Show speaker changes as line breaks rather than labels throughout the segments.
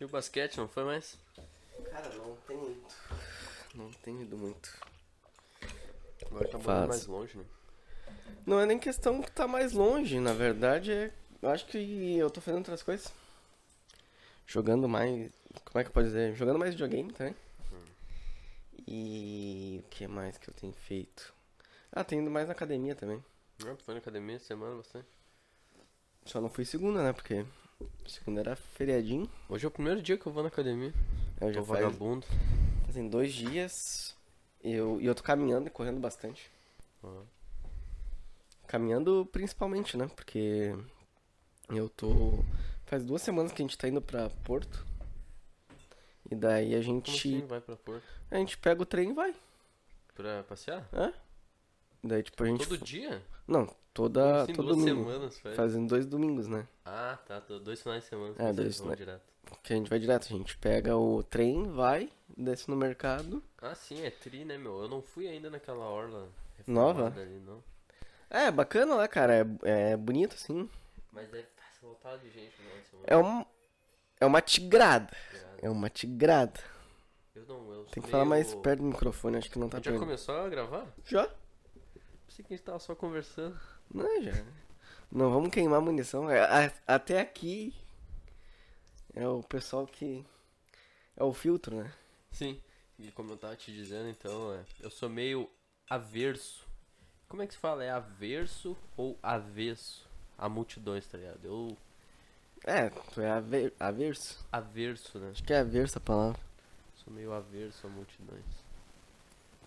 E o basquete não foi mais?
Cara, não tem muito.
Não tenho ido muito.
Agora tá
Faz.
morando mais longe, né?
Não é nem questão que tá mais longe, na verdade é. Eu acho que eu tô fazendo outras coisas. Jogando mais. Como é que eu posso dizer? Jogando mais videogame também. E o que mais que eu tenho feito? Ah, tenho ido mais na academia também.
Não, tu foi na academia essa semana bastante.
Só não fui segunda, né? Porque segunda era feriadinho.
Hoje é o primeiro dia que eu vou na academia.
Eu já
Tô
faz,
vagabundo.
fazem Assim, dois dias. Eu, e eu tô caminhando e correndo bastante.
Aham.
Caminhando principalmente, né? Porque eu tô. Faz duas semanas que a gente tá indo pra Porto. E daí a
Como
gente.
assim vai pra Porto?
A gente pega o trem e vai.
Pra passear?
Hã? Daí, tipo, a gente.
Todo dia?
Não, toda.
assim,
todo
duas
domingo.
semanas, velho.
Fazendo dois domingos, né?
Ah, tá. tô- Dois finais de semana. que
É,
vocês
dois
vão
finais.
direto.
Que a gente vai direto. A gente pega o trem, vai, desce no mercado.
Ah, sim, é tri, né, meu? Eu não fui ainda naquela orla reformada
Nova?
ali, não.
É, bacana lá, cara. É, é bonito, assim.
Mas deve estar lotado de gente no final de semana.
É um. É uma tigrada.
Tigrada.
É uma tigrada.
Eu não, eu sou
Tem que falar mais
meio-
perto do microfone, acho que não
A
tá
gente já
pegando.
começou a gravar?
Já?
Pensei que a gente tava só conversando.
Não, já. Não vamos queimar munição. É, A- a- Até aqui é o pessoal que. É o filtro, né?
Sim, e como eu tava te dizendo, então, é, eu sou meio averso. Como é que se fala? É averso ou avesso? A multidões, tá ligado? Eu
É, tu é aver, averso.
averso, né?
Acho que é averso a palavra.
Sou meio averso a multidões.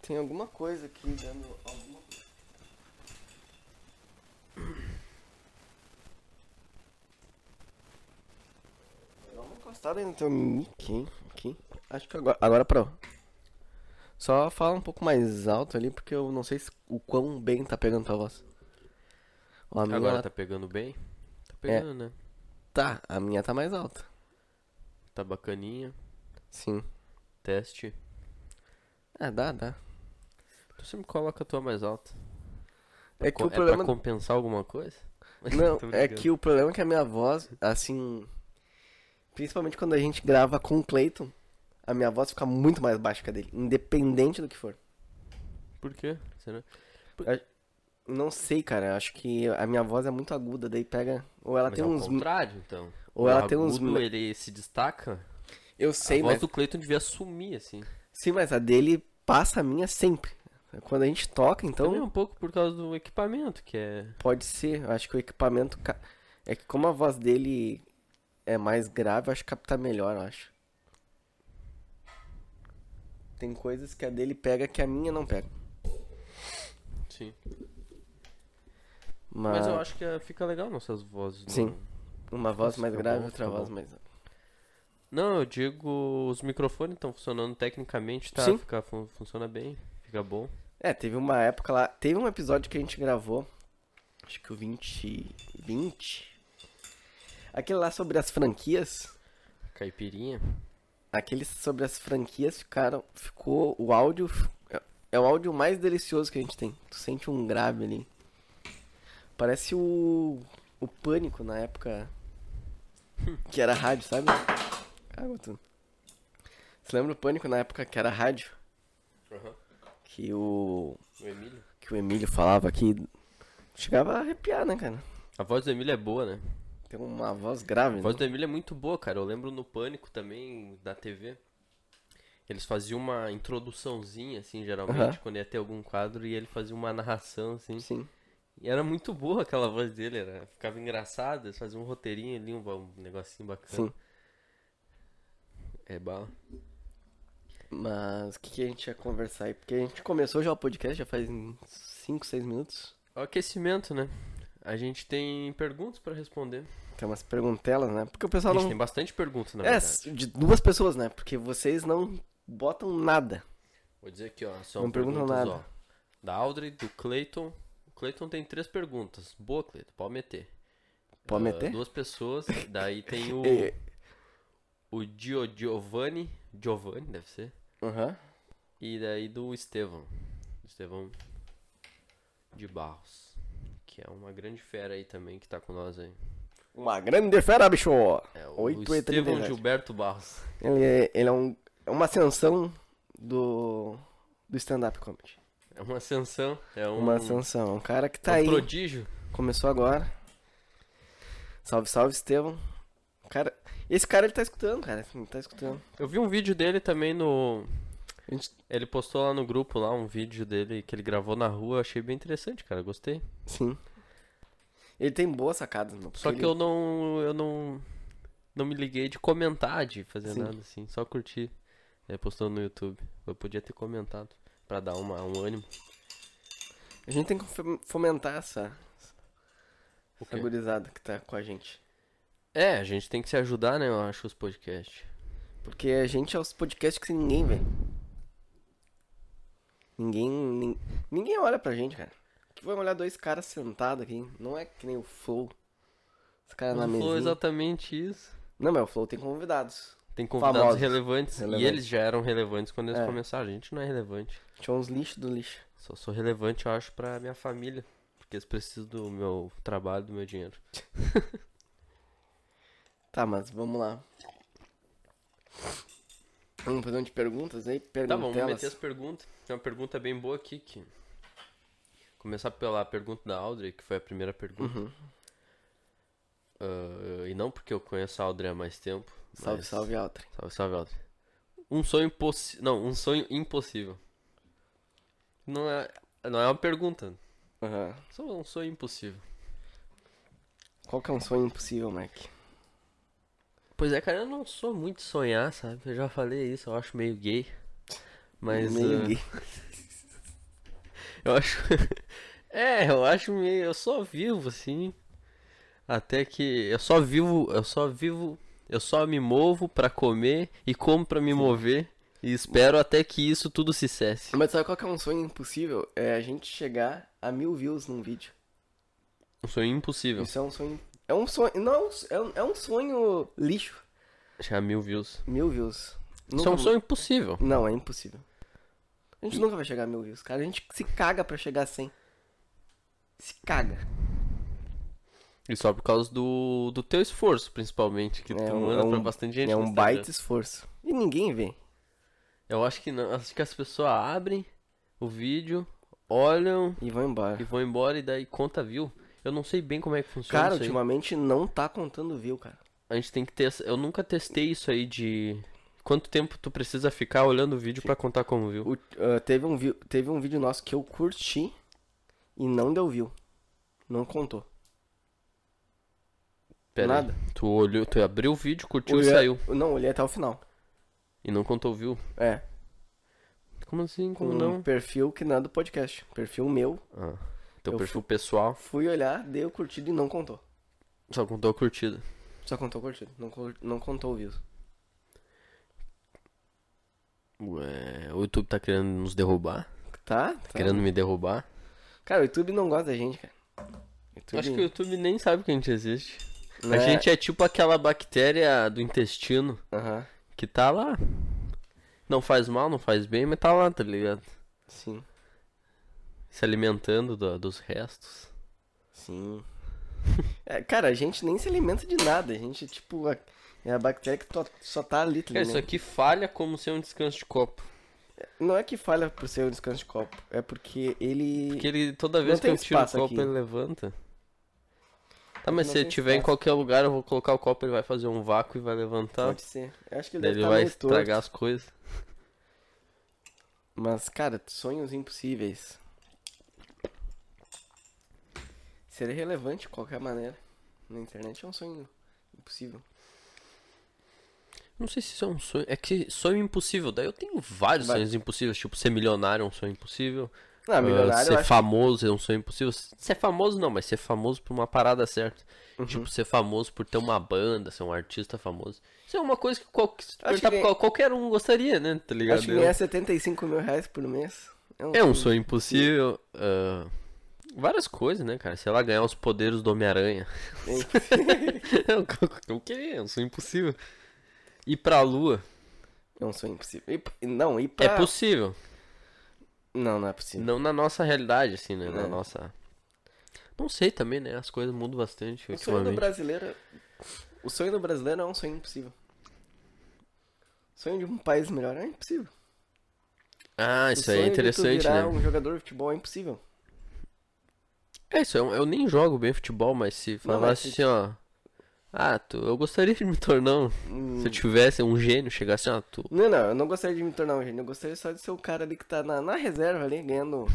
Tem alguma coisa aqui dando alguma Dá uma encostada aí no teu mic, hein? Aqui. Acho que agora. Agora parou. Só fala um pouco mais alto ali, porque eu não sei se- o quão bem tá pegando tua voz. Ó, a minha É.
Agora
ela-
tá pegando bem? Tá pegando, né?
tá. A minha tá mais alta.
Tá bacaninha.
Sim.
Teste.
É, dá, dá.
Tu sempre coloca a tua mais alta.
É que
Co-
o
pra
problema.
compensar alguma coisa?
Não,
Tô
é
brincando.
que o problema é que a minha voz, assim. Principalmente quando a gente grava com o Clayton, a minha voz fica muito mais baixa que a dele, independente do que for.
Por quê? Será?
Não sei, cara, eu acho que a minha voz é muito aguda, daí pega. Ou ela
Mas
tem
é o
uns.
contrário, então.
ou
O
ela tem uns
agudo,
me-
ele se destaca.
Eu sei,
a voz
mas.
do Cleiton devia sumir, assim.
Sim, mas a dele passa a minha sempre. Quando a gente toca, então.
Também um pouco por causa do equipamento, que é...
Pode ser, eu acho que o equipamento. ca- É que como a voz dele é mais grave, eu acho que capta melhor, eu acho. Tem coisas que a dele pega que a minha não pega.
Sim.
Mas,
Mas eu acho que é- fica legal nossas vozes. né? não-
Sim. uma voz mais
Tá
grave,
bom,
outra
tá
voz
bom.
mais.
Não, eu digo, os microfones estão funcionando tecnicamente, tá?
Sim.
Fica, fun- funciona bem, fica bom.
É, teve uma época lá. Teve um episódio que a gente gravou. Acho que o 20. 20? Aquele lá sobre as franquias.
Caipirinha.
Aqueles sobre as franquias ficaram. Ficou. O áudio. é- É o áudio mais delicioso que a gente tem. Tu sente um grave ali. Parece o. O pânico na época. Que era rádio, sabe? Água, tu. Você lembra o pânico na época que era rádio?
Aham.
Que o.
O Emílio.
Que o Emílio falava aqui. Chegava a arrepiar, né, cara?
A voz do Emílio é boa, né?
Tem uma voz grave. né?
A voz do Emílio é muito boa, cara. Eu lembro no Pânico também, da TV. Eles faziam uma introduçãozinha, assim, geralmente,
Aham.
quando ia ter algum quadro, e ele fazia uma narração, assim.
né? Sim.
E era muito boa aquela voz dele, era, ficava engraçado, eles faziam um roteirinho ali, um, ba- um negocinho bacana.
Sim.
É bala.
Mas o que, que a gente ia conversar aí? Porque a gente começou já o podcast, já faz 5, 6 minutos.
O aquecimento, né? A gente tem perguntas pra responder.
Tem umas perguntelas, né? Porque o pessoal
A gente
não.
tem bastante perguntas, na
É,
verdade.
de duas pessoas, né? Porque vocês não botam nada.
Vou dizer aqui, ó, são
Não perguntam
perguntas,
nada.
ó. Da Audrey, do Clayton. O Clayton tem três perguntas. Boa, Clayton, pode meter.
Pode
Ah,
meter? É.
Duas pessoas. Daí tem o,
E-
o Gio, Giovanni. Giovanni, deve ser.
Aham.
E daí do Estevão. Estevão de Barros. Que é uma grande fera aí também que tá com nós aí.
Uma grande fera, bicho!
É o
8 e
Estevão
37.
Gilberto Barros.
Ele é, ele é, um, é uma ascensão do, do stand-up comedy.
É uma ascensão. É um,
Uma ascensão. Um cara que tá
é um
aí.
prodígio.
Começou agora. Salve, salve, Estevão. Cara, esse cara ele tá escutando, cara. Ele tá escutando.
Eu vi um vídeo dele também no.
A gente-
Ele postou lá no grupo lá um vídeo dele que ele gravou na rua, eu achei bem interessante, cara, gostei.
sim. Ele tem boas sacadas, meu.
Só que eu não eu não não me liguei de comentar, de fazer
Sim.
nada assim, só curtir. Ele postou no YouTube. Eu podia ter comentado pra dar uma, um ânimo.
A gente tem que fom- fomentar essa,
O
essa gurizada que tá com a gente.
É, a gente tem que se ajudar, né, eu acho os podcasts.
Porque a gente é os podcasts que ninguém vê. Ninguém. nin- ninguém olha pra gente, cara. Que vai olhar dois caras sentados aqui. Não é que nem o Flow. Os caras Tá na
Mas é não
mesa.
foi exatamente isso.
Não, mas o Flow tem convidados.
Tem convidados
Famosos.
relevantes e
Relevantes.
eles já eram relevantes quando eles
É.
começaram. A gente não é relevante.
Tinha uns lixos do lixo.
Só sou relevante, eu acho, pra minha família. Porque eles precisam do meu trabalho, do meu dinheiro.
Tá, mas vamos lá. Vamos fazer um de perguntas aí?
Tá, vamos
Perguntelas.
meter as perguntas. Tem uma pergunta bem boa aqui que. Começar pela pergunta da Audrey, que foi a primeira pergunta.
Uhum.
Ah, e não porque eu conheço a Audrey há mais tempo.
Salve,
mas-
salve, Altri.
Salve, salve, Audrey. Um sonho possi... Não, um sonho impossível. Não é, não é uma pergunta.
Aham.
Só um sonho impossível.
Qual que é um sonho impossível, Mike?
Pois é, cara, eu não sou muito de sonhar, sabe? Eu já falei isso, eu acho meio gay. Mas.
Meio
ah,
gay.
Eu acho. é, eu acho meio. Eu só vivo, assim. Até que. Eu só vivo. Eu só vivo. Eu só me movo pra comer e como pra me mover. E espero até que isso tudo se cesse.
Mas sabe qual que é um sonho impossível? É a gente chegar a mil views num vídeo.
Um sonho impossível.
Isso é um sonho. É um sonho. Não, é um, é um sonho lixo.
Chegar a mil views.
Mil views.
Isso é um
Nunca-
sonho impossível.
Não, é impossível. A gente nunca vai chegar a mil views, cara. A gente se caga pra chegar a 100. Se caga.
E só por causa do, do teu esforço, principalmente. Que
É
tu
um-
manda
é um-
pra bastante gente.
É
no
um
Instagram.
baita esforço. E ninguém vê.
Eu acho que não. Acho que as pessoas abrem o vídeo, olham
E vão embora.
e vão embora e daí conta view. Eu não sei bem como é que funciona
Cara,
isso aí.
ultimamente não tá contando view, cara.
A gente tem que ter. essa- Eu nunca testei isso aí de. Quanto tempo tu precisa ficar olhando o vídeo pra contar como viu?
O- ah, teve, um vi- teve um vídeo nosso que eu curti e não deu view. Não contou.
Pera
nada.
Aí. Tu olhou, tu abriu o vídeo, curtiu e
Olhei-
Tipo, saiu.
Não, olhei até o final.
E não contou view.
É.
Como assim? Como
um
não?
perfil que não é do podcast. Perfil meu.
Ah, teu
Eu
perfil pessoal
Fui olhar, dei o curtido e não contou.
só contou a curtida.
Só contou curtido. Não, cur- não contou views.
Ué, o YouTube tá querendo nos derrubar? Tá
Tá? tá.
querendo me derrubar?
Cara, o YouTube não gosta da gente, cara. YouTube...
Acho que o YouTube nem sabe que a gente existe. A
né?
gente é tipo aquela bactéria do intestino
Aham.
que tá lá. Não faz mal, não faz bem, mas tá lá, tá ligado?
Sim.
Se alimentando do- dos restos.
Sim. É, cara, a gente nem se alimenta de nada. A gente, tipo, a- é a bactéria que to- só tá ali, tá
Cara, É, isso
ligado?
aqui falha como ser um descanso de copo.
Não é que falha por ser um descanso de copo. É porque ele.
Porque ele, toda
Não
vez que
tem
eu tiro o
espaço
copo,
aqui.
ele levanta. Tá, mas
Não
se
tem
tiver em
espaço.
qualquer lugar, eu vou colocar o copo, ele vai fazer um vácuo e vai levantar.
Pode ser. Eu acho que ele
Daí
deve
ele
estar
vai
meio torto.
estragar as coisas.
Mas, cara, sonhos impossíveis. Seria relevante de qualquer maneira. Na internet é um sonho impossível.
Não sei se isso é um sonho. É que sonho impossível. Daí eu tenho vários
Vai-
sonhos impossíveis. Tipo, ser milionário é um sonho impossível.
Não,
Ah,
milionário eu
ser
acho.
famoso é um sonho impossível. Ser famoso não, mas ser famoso por uma parada certa.
Uhum.
Tipo, ser famoso por ter uma banda, ser um artista famoso. Isso é uma coisa que, qual, que se tu
Acho
perguntar
que
pra
nem-
qual- qualquer um gostaria, né? Tá ligado?
Acho que
Eu-
ganhar 75 mil reais por mês.
é um sonho impossível. ah, várias coisas, né, cara? Sei lá, ganhar os poderes do Homem-Aranha. É o que eu- eu queria, é um sonho impossível. Ir pra lua.
É um sonho impossível. E p- não, e pra...
É possível.
Não, não é possível.
Não na nossa realidade, assim, né? Na
É.
nossa. Não sei também, né? As coisas mudam bastante
O sonho do
ultimamente.
brasileiro O sonho do brasileiro é um sonho impossível. O sonho de um país melhor é impossível.
Ah,
O
isso aí
sonho
é
de tu
interessante,
virar
né?
um jogador de futebol é impossível.
É isso, eu, eu nem jogo bem futebol, mas se
Não, mas
falasse
se-
assim, ó. Ah, tu, eu gostaria de me tornar um.
Hum,
Se eu tivesse um gênio, chegasse, ó, tu.
Não, não, eu não gostaria de me tornar um gênio. Eu gostaria só de ser o cara ali que tá na, na reserva ali, ganhando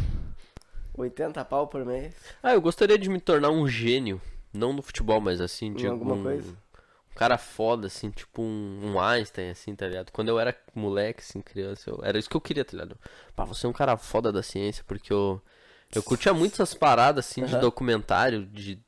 80 pau por mês.
Ah, eu gostaria de me tornar um gênio. Não no futebol, mas assim, tipo.
alguma
um,
coisa?
Um cara foda, assim, tipo um, um Einstein, assim, tá ligado? Quando eu era moleque, assim, criança, eu- era isso que eu queria, tá ligado? Pá, você é um cara foda da ciência, porque eu. Eu curtia muito essas paradas, assim, de
Aham.
documentário, de.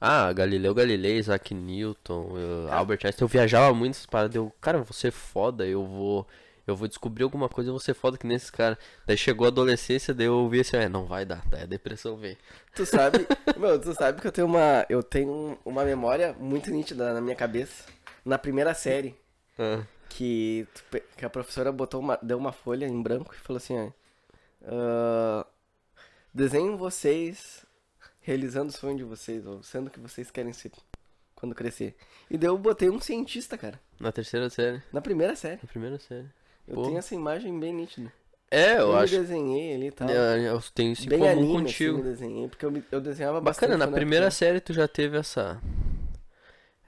Ah, Galileu Galilei, Isaac Newton, eu- Albert Einstein. Eu viajava muito essas paradas. Eu, cara, eu vou ser foda, eu vou. Eu vou descobrir alguma coisa, eu vou ser foda que nem esses caras. Daí chegou a adolescência, daí eu ouvi assim, é, não vai dar, daí a depressão vem.
Tu sabe, meu, tu sabe que eu tenho uma, eu tenho uma memória muito nítida na minha cabeça. Na primeira série,
Ah.
que, tu pe- que a professora botou uma, deu uma folha em branco e falou assim, ó, "Ah, desenhem vocês realizando o sonho de vocês, ou sendo o que vocês querem ser quando crescer. E daí eu botei um cientista, cara,
Na terceira série,
na primeira série.
na primeira série.
Eu
Pô.
tenho essa imagem bem nítida.
É, eu
Eu,
acho.
desenhei ali e tal.
Eu, eu tenho isso em
bem
comum
anime,
contigo.
assim, eu desenhei, porque eu, me- eu desenhava bastante. né,
Bacana, na
quando era
primeira
pequeno.
série tu já teve essa.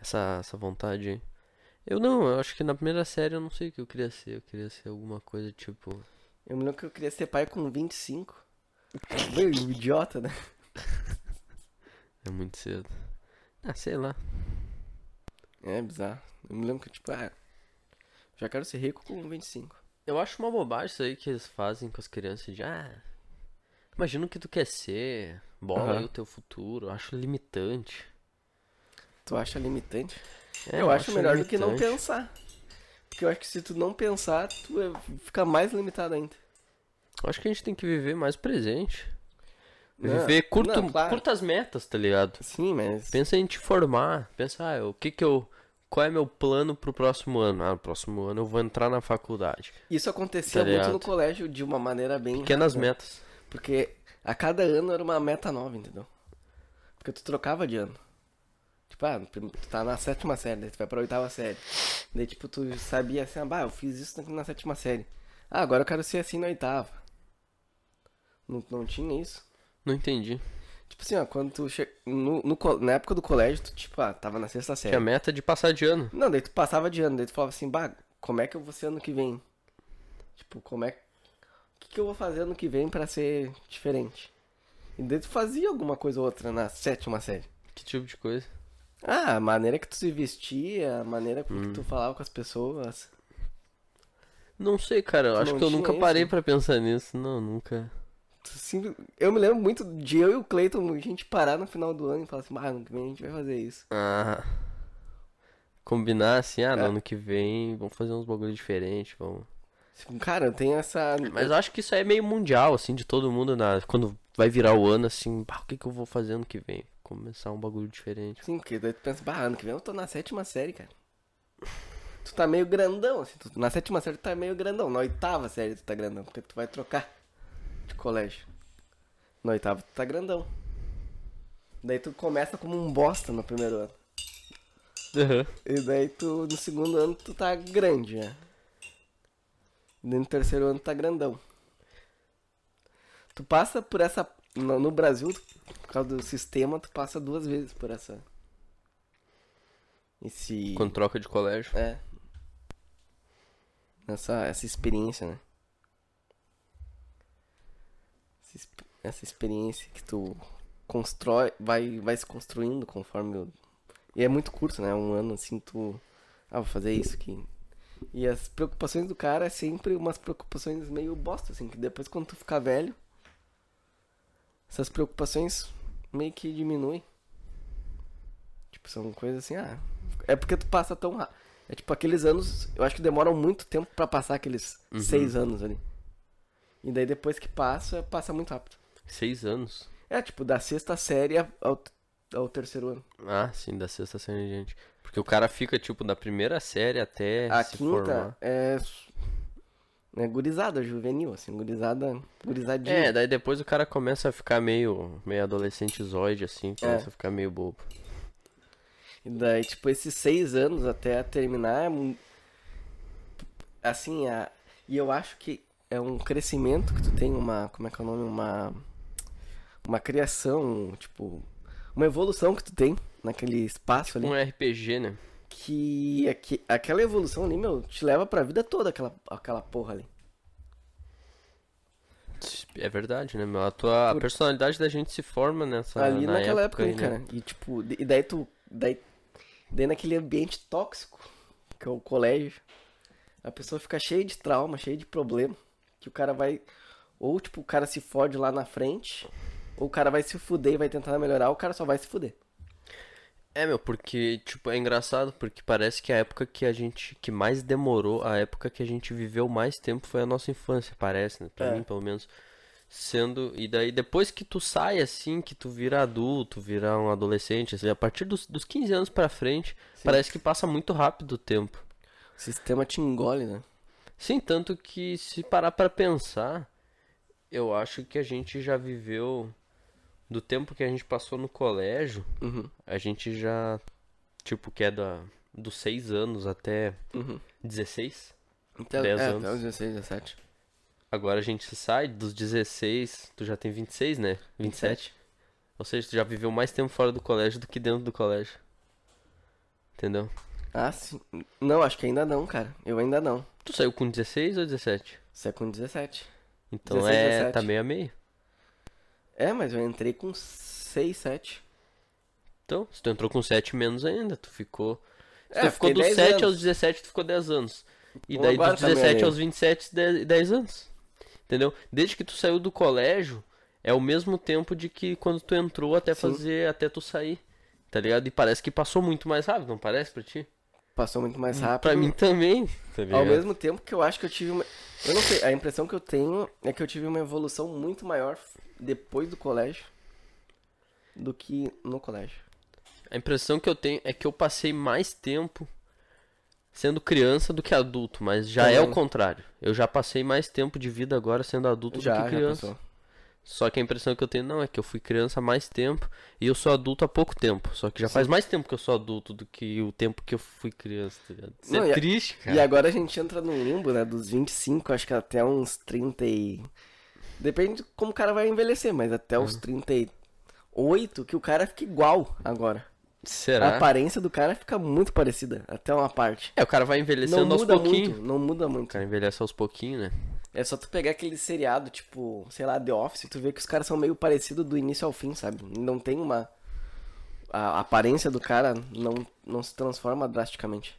Essa, essa vontade aí. Eu não, eu acho que na primeira série eu não sei o que eu queria ser. Eu queria ser alguma coisa tipo.
Eu me lembro que eu queria ser pai com 25. Meio idiota, né?
É muito cedo. Ah, sei lá.
É bizarro. Eu me lembro que, tipo, ah, já quero ser rico com 25.
Eu acho uma bobagem isso aí que eles fazem com as crianças de ah. Imagina o que tu quer ser. Bola
Aham.
aí o teu futuro. Eu acho limitante.
Tu acha limitante?
É,
eu acho melhor do que não
limitante.
pensar. Porque eu acho que se tu não pensar, tu é- fica mais limitado ainda.
Eu acho que a gente tem que viver mais presente. Né?
Não,
Viver curto,
não, claro.
curtas metas, tá ligado?
Sim, mas.
Pensa em te formar. Pensa, ah, o que que eu. Qual é meu plano pro próximo ano? Ah, no próximo ano eu vou entrar na faculdade.
Isso acontecia
Tá
muito
ligado?
no colégio de uma maneira bem.
Pequenas
rápida.
é metas.
Porque a cada ano era uma meta nova, entendeu? Porque tu trocava de ano. Tipo, ah, no prim- tu tá na sétima série, daí tu vai pra oitava série. Daí, tipo, tu sabia assim, ah, bah, eu fiz isso na- na sétima série. Ah, agora eu quero ser assim na oitava. Não, não tinha isso.
Não entendi.
Tipo assim, ó, quando tu che... no, no co- Na época do colégio, tu, tipo, ah, tava na sexta série.
Tinha meta de passar de ano.
Não, daí tu passava de ano, daí tu falava assim, bah, como é que eu vou ser ano que vem? Tipo, como é O que, que eu vou fazer ano que vem pra ser diferente? E daí tu fazia alguma coisa ou outra na sétima série.
Que tipo de coisa?
Ah, a maneira que tu se vestia, a maneira com que tu falava com as pessoas.
Não sei, cara. Eu
Tu
acho
não
que eu
tinha
nunca parei
isso?
pra pensar nisso. Não, nunca.
Tu sempre- Eu me lembro muito de eu e o Cleiton, a gente parar no final do ano e falar assim, ah, ano que vem a gente vai fazer isso.
Ah. Combinar assim, ah, no
É.
ano que vem vamos fazer uns bagulho diferente, vamos.
Tipo, cara, eu tenho essa.
Mas eu acho que isso aí é meio mundial, assim, de todo mundo na... quando vai virar o ano, assim, "Bah, o que que eu vou fazer ano que vem? Começar um bagulho diferente.
Sim, porque daí tu pensa, bah, ano que vem eu tô na sétima série, cara. Tu tá meio grandão, assim. tu- na sétima série tu tá meio grandão. Na oitava série tu tá grandão, porque tu vai trocar de colégio. Na oitava tu tá grandão. Daí tu começa como um bosta no primeiro ano.
Aham.
E daí tu, no segundo ano, tu tá grande, né? Daí no terceiro ano tu tá grandão. Tu passa por essa. No, no Brasil, tu- por causa do sistema, tu passa duas vezes por essa. Esse.
Quando troca de colégio.
É. Essa, essa experiência, né? Essa exp- Essa experiência que tu constrói, vai, vai se construindo conforme o. E é muito curto, né? Um ano assim, tu. Ah, vou fazer isso aqui. E as preocupações do cara é sempre umas preocupações meio bosta, assim, que depois quando tu ficar velho, essas preocupações meio que diminuem. Tipo, são coisas assim, ah. É porque tu passa tão rápido. É tipo aqueles anos, eu acho que demoram muito tempo pra passar aqueles
Uhum.
seis anos ali. E daí depois que passa, passa muito rápido.
Seis anos.
É, tipo, da sexta série ao, ao terceiro ano.
Ah, sim, da sexta série, gente. Porque o cara fica, tipo, da primeira série até
A
se
quinta
formar.
é, é gurizada, juvenil, assim, gurizada, gurizadinha.
É, daí depois o cara
É.
começa a ficar meio, meio adolescente zoide, assim, começa a ficar meio bobo.
E daí, tipo, esses seis anos até terminar, é mu- assim, a... e eu acho que é um crescimento que tu tem, uma, como é que é o nome, uma, uma criação, tipo, uma evolução que tu tem naquele espaço ali,
Um RPG, né?
que, é que aquela evolução ali, meu, te leva pra vida toda aquela, aquela porra ali.
É verdade, né, meu? A, tua, a personalidade da gente se forma nessa.
ali
na
naquela época,
aí,
né, cara. E tipo, de- e daí tu. Daí, daí naquele ambiente tóxico, que é o colégio, a pessoa fica cheia de trauma, cheia de problema. Que o cara vai. Ou tipo, o cara se fode lá na frente, ou o cara vai se fuder e vai tentar melhorar, ou o cara só vai se fuder.
É, meu, porque, tipo, é engraçado, porque parece que a época que a gente, que mais demorou, a época que a gente viveu mais tempo foi a nossa infância, parece, né? Pra
É.
mim, pelo menos. Sendo, e daí depois que tu sai assim, que tu vira adulto, virar um adolescente, assim, a partir dos, dos 15 anos pra frente, parece que passa muito rápido o tempo.
O sistema te engole, né?
Sim, tanto que se parar pra pensar, eu acho que a gente já viveu do tempo que a gente passou no colégio,
Uhum.
a gente já tipo que é da dos 6 anos até
Uhum.
16.
Então,
Dez
é,
anos.
até os 16, 17.
Agora a gente sai dos 16, tu já tem 26, né? 27. Ou seja, tu já viveu mais tempo fora do colégio do que dentro do colégio. Entendeu?
Ah, sim. Não, acho que ainda não, cara. Eu ainda não.
Tu saiu com 16 ou 17?
Isso é com 17.
Então
16,
é,
17.
tá meio a meio.
É, mas eu entrei com 6, 7.
Então, se tu entrou com 7 menos ainda, tu ficou. Se
É,
tu ficou
fiquei
dos
10
7
anos.
aos 17, tu ficou 10 anos. E
Então
daí
agora
dos
tá meio
17
meio.
aos 27, 10, 10 anos. Entendeu? Desde que tu saiu do colégio, é o mesmo tempo de que quando tu entrou até
Sim.
fazer, até tu sair. Tá ligado? E parece que passou muito mais rápido, não parece pra ti?
Passou muito mais rápido.
Pra mim também. Tá
Ah, Ao
ligado?
mesmo tempo que eu acho que eu tive uma. Eu não sei, a impressão que eu tenho é que eu tive uma evolução muito maior depois do colégio do que no colégio.
A impressão que eu tenho é que eu passei mais tempo sendo criança do que adulto, mas já é o
Também.
contrário. Eu já passei mais tempo de vida agora sendo adulto do que criança.
passou.
Só que a impressão que eu tenho não é que eu fui criança há mais tempo e eu sou adulto há pouco tempo. Só que já faz mais tempo que eu sou adulto do que o tempo que eu fui criança, tá ligado? Isso
Não,
é
e a-
triste,
E
cara.
agora a gente entra num limbo, né? Dos 25, acho que até uns 30 e. Depende de como o cara vai envelhecer, mas até
Uhum.
os 38 que o cara fica igual agora. A
Será?
aparência do cara fica muito parecida, até uma parte.
É, o cara vai
Não
envelhecendo aos
muda
pouquinhos.
muito, não muda
O
muito.
cara envelhece aos pouquinhos, né?
É só tu pegar aquele seriado, tipo, sei lá, The Office, tu vê que os caras são meio parecidos do início ao fim, sabe? Não tem uma. A aparência do cara não, não se transforma drasticamente.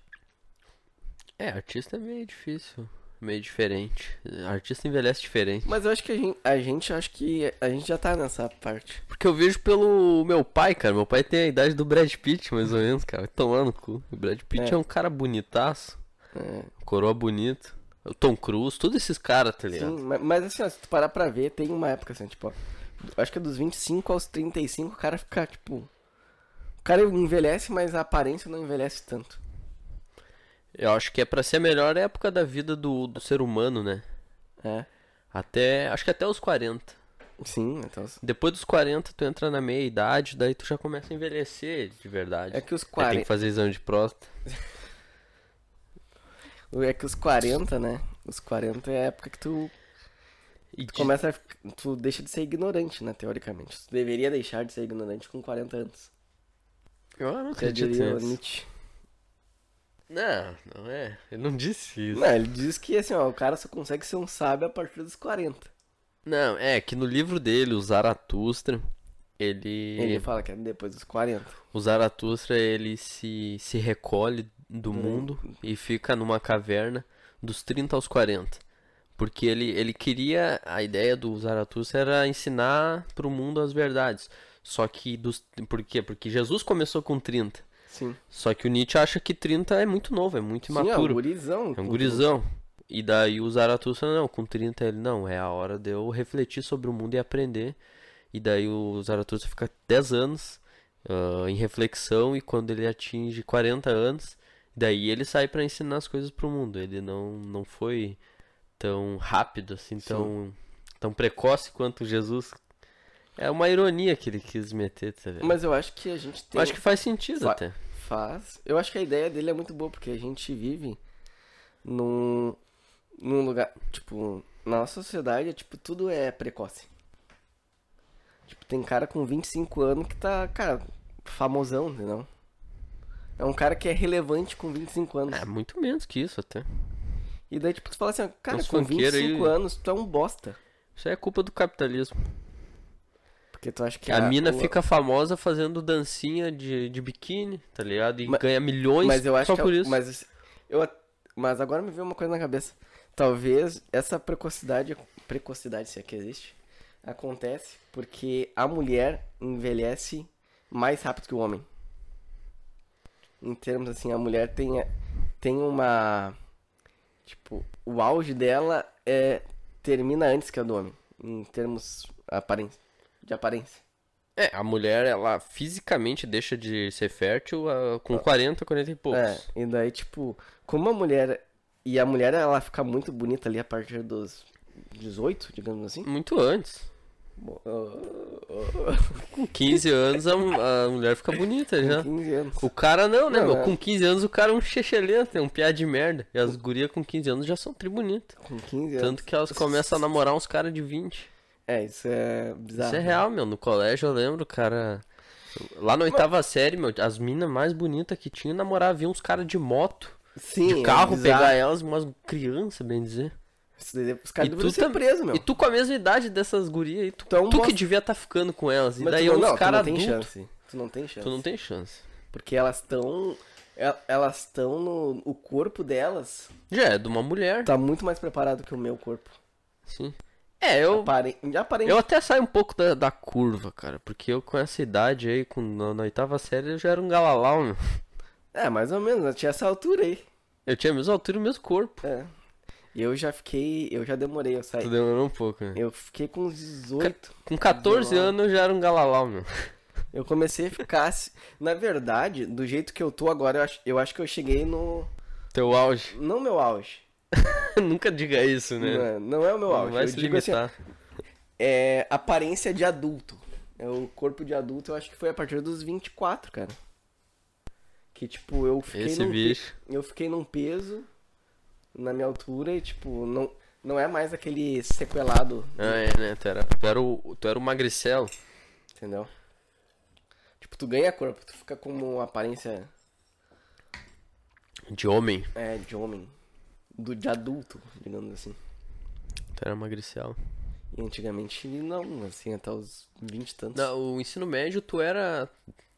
É, artista é meio difícil, meio diferente. Artista envelhece diferente.
Mas eu acho que a gente, a gente acho que a gente já tá nessa parte.
Porque eu vejo pelo meu pai, cara. Meu pai tem a idade do Brad Pitt, mais ou menos, cara. Vai tomar no cu. O Brad Pitt é,
É.
um cara bonitaço,
É,
coroa bonito. O Tom Cruise, todos esses caras, tá ligado?
sim, ma- mas assim, ó, se tu parar pra ver, tem uma época assim, tipo, ó, eu acho que é dos 25 aos 35 o cara fica, tipo. O cara envelhece, mas a aparência não envelhece tanto.
Eu acho que é pra ser a melhor época da vida do, do ser humano, né?
É.
Até, acho que até os 40.
Sim, então.
Depois dos 40 tu entra na meia idade, daí tu já começa a envelhecer de verdade.
É que os
Aí tem
40.
que fazer exame de próstata.
É que os 40, né? Os 40 é a época que tu
E
Tu
de-
começa a fic- Tu deixa de ser ignorante, né? Teoricamente. Tu deveria deixar de ser ignorante com 40 anos.
Eu não
Já
acredito
diria o
nisso.
Nietzsche.
Não, não é. Eu não disse isso.
Não, ele diz que assim, ó, o cara só consegue ser um sábio a partir dos 40.
Não, é que no livro dele, o Zaratustra, ele.
Ele fala que é depois dos 40.
O Zaratustra, ele se, se recolhe do
Hum.
mundo e fica numa caverna dos 30 aos 40. Porque ele, ele queria. A ideia do Zaratustra era ensinar pro mundo as verdades. Só que dos. Por quê? Porque Jesus começou com 30.
Sim.
Só que o Nietzsche acha que 30 é muito novo, é muito
Sim, é um
imaturo.
gurizão.
É um gurizão. E daí o Zaratustra, não, com 30 ele, não, é a hora de eu refletir sobre o mundo e aprender. E daí o Zaratustra fica 10 anos ah, em reflexão e quando ele atinge 40 anos, daí ele sai pra ensinar as coisas pro mundo. Ele não, não foi tão rápido, assim, tão, tão precoce quanto Jesus. É uma ironia que ele quis meter, tá ligado?
Mas eu acho que a gente tem.
Eu Acho que faz sentido
Fa-
até.
faz. Eu acho que a ideia dele é muito boa, porque a gente vive num, num lugar. Tipo, na nossa sociedade, é, tipo, tudo é precoce. Tipo, tem cara com 25 anos que tá, cara, famosão, entendeu? É um cara que é relevante com 25 anos.
É, muito menos que isso até.
E daí, tipo, tu fala assim, ó, cara,
uns
com
funkeiros aí-
25 anos, tu é um bosta.
Isso aí é culpa do capitalismo.
Porque tu acha que é
a mina
o-
fica famosa fazendo dancinha de, de biquíni, tá ligado? E
Mas-
ganha milhões
Mas eu acho
só
que é-
por isso.
Mas, eu, a- mas agora me veio uma coisa na cabeça. Talvez essa precocidade, precocidade se é que existe, acontece porque a mulher envelhece mais rápido que o homem. Em termos assim, a mulher tem, a- tem uma. Tipo, o auge dela é termina antes que a do homem. Em termos aparência, de aparência.
É, a mulher, ela fisicamente deixa de ser fértil ah, com 40, 40 e poucos.
É, e daí, tipo, como a mulher. E a mulher, ela fica muito bonita ali a partir dos 18, digamos assim.
Muito antes.
Bom, ah,
Com 15 anos a, mu- a mulher fica bonita já.
15 anos.
O cara não, né,
Não,
meu?
é.
Com 15 anos o cara é um chechelento, é um piá de merda. E as gurias com 15 anos já são tri bonita.
Com 15 anos.
Tanto que elas começam a namorar uns caras de 20.
É, isso é bizarro.
Isso é real, meu. No colégio eu lembro, cara. Lá na oitava série, meu, as minas mais bonitas que tinha namorava, vinha uns caras de moto,
Sim,
de carro,
é bizarro.
pegar elas, umas crianças, bem dizer.
Isso daí, Os caras
E
deveriam
tu
ser
tam-
presos, meu.
E tu com a mesma idade dessas gurias aí, tu,
Então,
tu que
mostra-
devia estar ficando com elas. E
Mas
daí
tu não,
uns
não, tu
caras
não tem
adultos.
chance. Tu não tem chance.
Tu não tem chance.
Porque elas estão. Elas estão no. O corpo delas
Já é de uma mulher.
tá muito mais preparado que o meu corpo.
Sim. É, eu.
Apare... Aparente.
Eu até saio um pouco da, da curva, cara. Porque eu com essa idade aí, com, na, na oitava série, eu já era um galalau, meu.
É, mais ou menos. Eu tinha essa altura aí.
Eu tinha a mesma altura e o mesmo corpo.
É. E eu já fiquei. Eu já demorei, eu saí.
Tu demorou um pouco, né?
Eu fiquei com uns 18.
Com 14
Galalau.
anos eu já era um galalau, meu.
Eu comecei a ficar. se- Na verdade, do jeito que eu tô agora, eu acho, eu acho que eu cheguei no.
Teu auge.
Não meu auge.
Nunca diga isso,
Não
né?
é, não é o meu
Não
auge.
vai
eu
se
digo assim, ó,
limitar.
é aparência de adulto. É o corpo de adulto, eu acho que foi a partir dos 24, cara. Que tipo, eu fiquei
Esse
num pe-
bicho.
eu fiquei num peso na minha altura e tipo, não não é mais aquele sequelado
Ah, é, né? Tu era, tu era, o, tu era o magricelo.
Entendeu? Tipo, tu ganha corpo, tu fica com uma aparência
De homem.
é, de homem, do, de adulto, digamos assim.
Tu era magricelo.
E antigamente não, assim, até os 20 e tantos.
Não, o ensino médio tu era.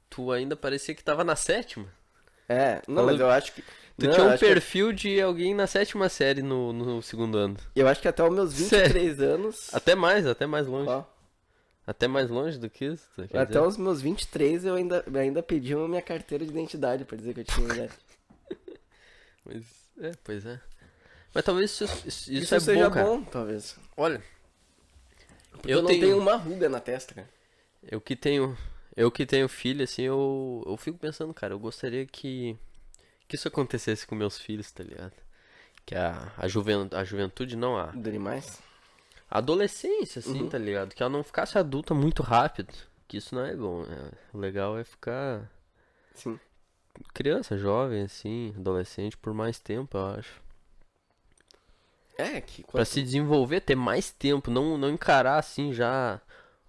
Tu ainda parecia que tava na sétima.
É, não, mas
Falando-
eu acho que.
Tu
não,
tinha
eu
um
acho que-
perfil de alguém na sétima série no, no segundo ano.
Eu acho que até os meus 23 anos.
Até mais, até mais longe.
ó,
Até mais longe do que isso. tu quer
até
dizer?
os meus 23 eu ainda, eu ainda pedi a minha carteira de identidade pra dizer que eu tinha idade.
Mas- é, pois é. Mas talvez isso, isso, isso
Isso,
é
seja
bom, cara.
bom, talvez.
Olha.
Porque eu, não tenho... uma ruga na testa, cara.
Eu que tenho, eu que tenho filho, assim, eu, eu fico pensando, cara, eu gostaria que, que isso acontecesse com meus filhos, tá ligado? Que a, a, juven, a juventude, não, a
Dure mais.
a adolescência, assim, tá ligado? Que ela não ficasse adulta muito rápido, que isso não é bom, né? O legal é ficar
Sim.
criança, jovem, assim, adolescente por mais tempo, eu acho.
É, que
Pra
quando...
se desenvolver, ter mais tempo, não, não encarar, assim, já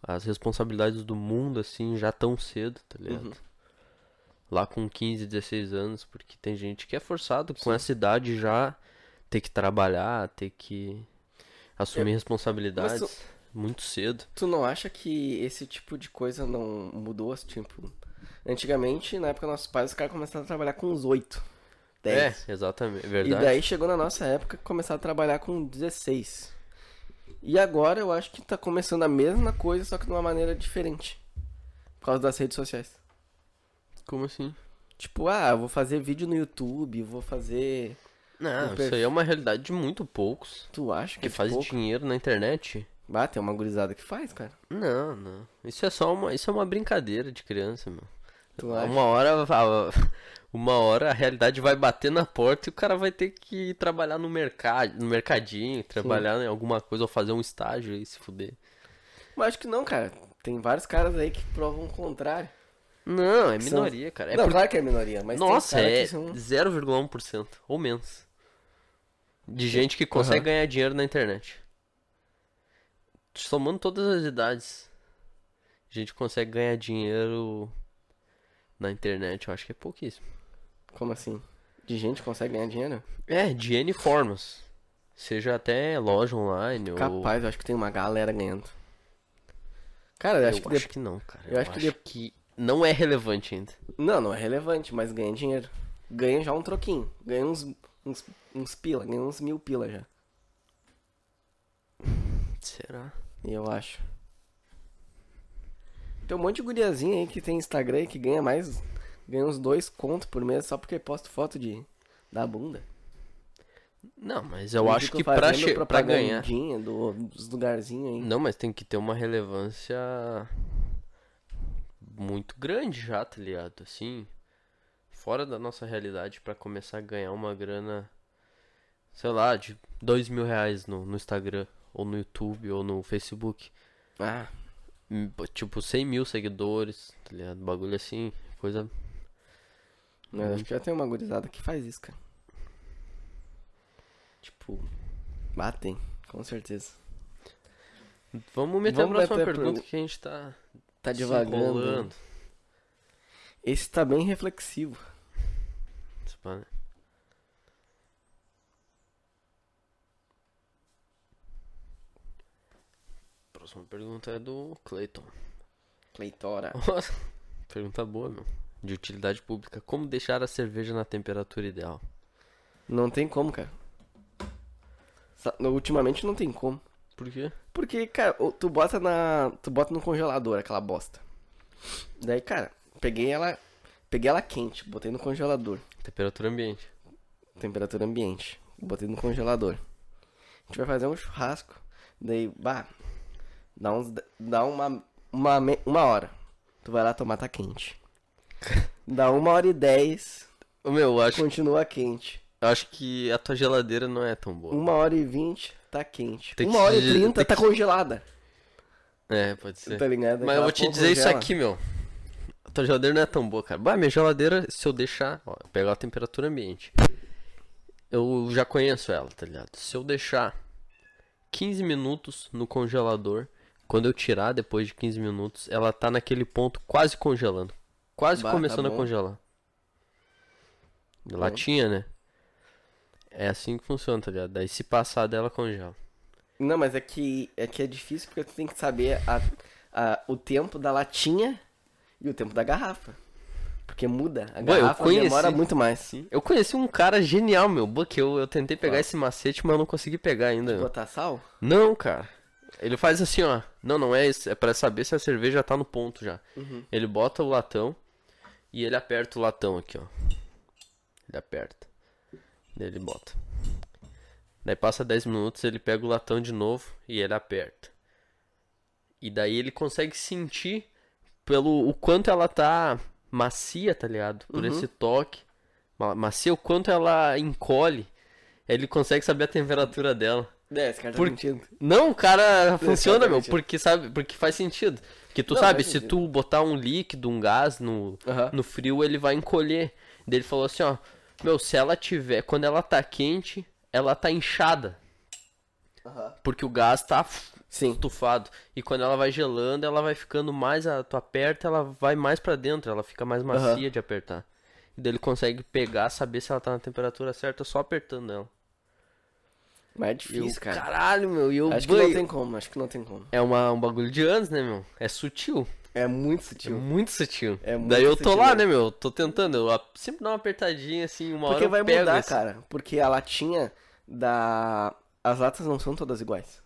as responsabilidades do mundo, assim, já tão cedo, tá ligado?
Uhum.
Lá com 15, 16 anos, porque tem gente que é forçado com essa idade já ter que trabalhar, ter que assumir responsabilidades
É, Mas
muito cedo.
Tu não acha que esse tipo de coisa não mudou? Tipo, antigamente, na época dos nossos pais, os caras começaram a trabalhar com uns 8, 10.
É, exatamente, é
e
verdade.
daí chegou na nossa época que começaram a trabalhar com 16. E agora eu acho que tá começando a mesma coisa, só que de uma maneira diferente. Por causa das redes sociais.
Como assim?
Tipo, ah, eu vou fazer vídeo no YouTube, vou fazer.
Não,
perfil.
isso aí é uma realidade de muito poucos
Tu acha que,
que
é de
fazem
pouco?
dinheiro na internet.
Ah, tem uma gurizada que faz, cara.
Não, não. Isso é só uma, isso é uma brincadeira de criança, meu.
Tu acha?
Uma hora, a- uma hora a realidade vai bater na porta e o cara vai ter que ir trabalhar no mercado, no mercadinho, trabalhar em alguma coisa ou fazer um estágio e se fuder.
Mas acho que não, cara. Tem vários caras aí que provam o contrário.
Não, é
Que são-
minoria, cara. É
não,
por-
claro que é minoria, mas tem
Nossa,
cara
é
que um são-
0,1% ou menos. De gente que consegue
Aham.
ganhar dinheiro na internet. Somando todas as idades. Gente que consegue ganhar dinheiro na internet, eu acho que é pouquíssimo.
Como assim? De gente que consegue ganhar dinheiro?
É, de N formas. Seja até loja online ou.
Capaz, eu acho que tem uma galera ganhando. Cara, eu
Eu
acho que... de-
não, cara.
eu acho que de-
que não é relevante ainda.
Não, não é relevante, mas ganha dinheiro. Ganha já um troquinho. Ganha uns, uns, uns pila, ganha uns mil pila já.
Será?
Eu acho. Tem um monte de guriazinha aí que tem Instagram e que ganha mais. Ganha uns dois contos por mês só porque posta foto de da bunda.
Não, mas eu
Eles
acho
ficam
que pra,
fazendo é
che- pra ganhar.
propagandinha do- dos lugarzinhos aí.
Não, mas tem que ter uma relevância muito grande já, tá ligado? Assim, fora da nossa realidade pra começar a ganhar uma grana, sei lá, de dois mil reais no, no Instagram, ou no YouTube, ou no Facebook.
Ah,
Hum, pô, Tipo, 100 mil seguidores, tá ligado? Bagulho assim, coisa.
não, Né, acho que já tem uma gurizada que faz isso, cara.
Tipo.
Batem, com certeza.
Vamos meter
Vamos
a próxima
meter a
pergunta
pergu-
que a gente tá,
Tá
se
devagando.
enrolando.
Esse tá bem reflexivo.
Se pá, né? Próxima pergunta é do Clayton.
Cleitora.
Nossa, pergunta boa, meu. De utilidade pública. Como deixar a cerveja na temperatura ideal?
Não tem como, cara. Sa- no- Ultimamente não tem como.
Por quê?
Porque, cara, o- tu bota na. Tu bota no congelador aquela bosta. Daí, cara, peguei ela. Peguei ela quente, botei no congelador.
Temperatura ambiente.
Temperatura ambiente. Botei no congelador. A gente vai fazer um churrasco. Daí, bah. Dá uns. de- Dá uma. Uma, me- uma hora. Tu vai lá tomar, tá quente. Dá uma hora e dez,
Ô, Meu, eu acho,
continua quente.
eu acho que a tua geladeira não é tão boa.
Uma hora e vinte, tá quente.
Tem que
uma hora
se-
e trinta,
tem
tá
que-
congelada.
É, pode ser.
Tá
Mas
ligado?
eu
Aquela
vou te
porra
dizer isso
congela.
aqui, meu. A tua geladeira não é tão boa, cara. Bah, minha geladeira, se eu deixar, ó, eu pego a temperatura ambiente. Eu já conheço ela, tá ligado? Se eu deixar 15 minutos no congelador, quando eu tirar depois de 15 minutos, ela tá naquele ponto quase congelando. Quase
Bah, tá
começando a
bom.
congelar. Latinha, né? É assim que funciona, tá ligado? Daí se passar dela, congela.
Não, mas é que é, que é difícil porque tu tem que saber a- a- o tempo da latinha e o tempo da garrafa. Porque muda. A
Ué, eu
garrafa
conheci-
demora muito mais.
Eu conheci um cara genial, meu, bu, que eu, eu tentei pegar esse macete, mas eu não consegui pegar ainda. meu.
Botar sal?
Não, cara. Ele faz assim, ó. Não, não é isso. É pra saber se a cerveja tá no ponto já. Ele bota o latão e ele aperta o latão aqui, ó. Ele aperta. Daí ele bota. Daí passa 10 minutos, ele pega o latão de novo e ele aperta. E daí ele consegue sentir pelo o quanto ela tá macia, tá ligado? Por esse toque. Ma- Macia, o quanto ela encolhe. Ele consegue saber a temperatura dela.
É, esse cara tá
Por-
mentindo.
Não, cara, funciona, meu,
sentido.
porque sabe, porque faz sentido. Porque tu
Não,
sabe,
faz
se
sentido.
tu botar um líquido, um gás no,
Aham.
no frio, ele vai encolher. Daí ele falou assim, ó, meu, se ela tiver, quando ela tá quente, ela tá inchada, porque o gás tá
Sim.
estufado. E quando ela vai gelando, ela vai ficando mais, a, tu aperta, ela vai mais pra dentro, ela fica mais macia
Aham.
de apertar. E daí ele consegue pegar, saber se ela tá na temperatura certa só apertando ela.
Mas é
E eu,
difícil, cara.
Caralho, meu, e eu
Acho que
banho-
não tem como, acho que não tem como.
É uma, um bagulho de anos, né, meu? É sutil.
É muito
É
sutil.
muito sutil.
É muito
Daí eu tô
sutil,
lá,
né?
né, meu? Eu Tô tentando. Eu a- sempre dou uma apertadinha assim, uma hora
Porque
eu
vai
pego
mudar,
esse-
cara. Porque a latinha da. As latas não são todas iguais.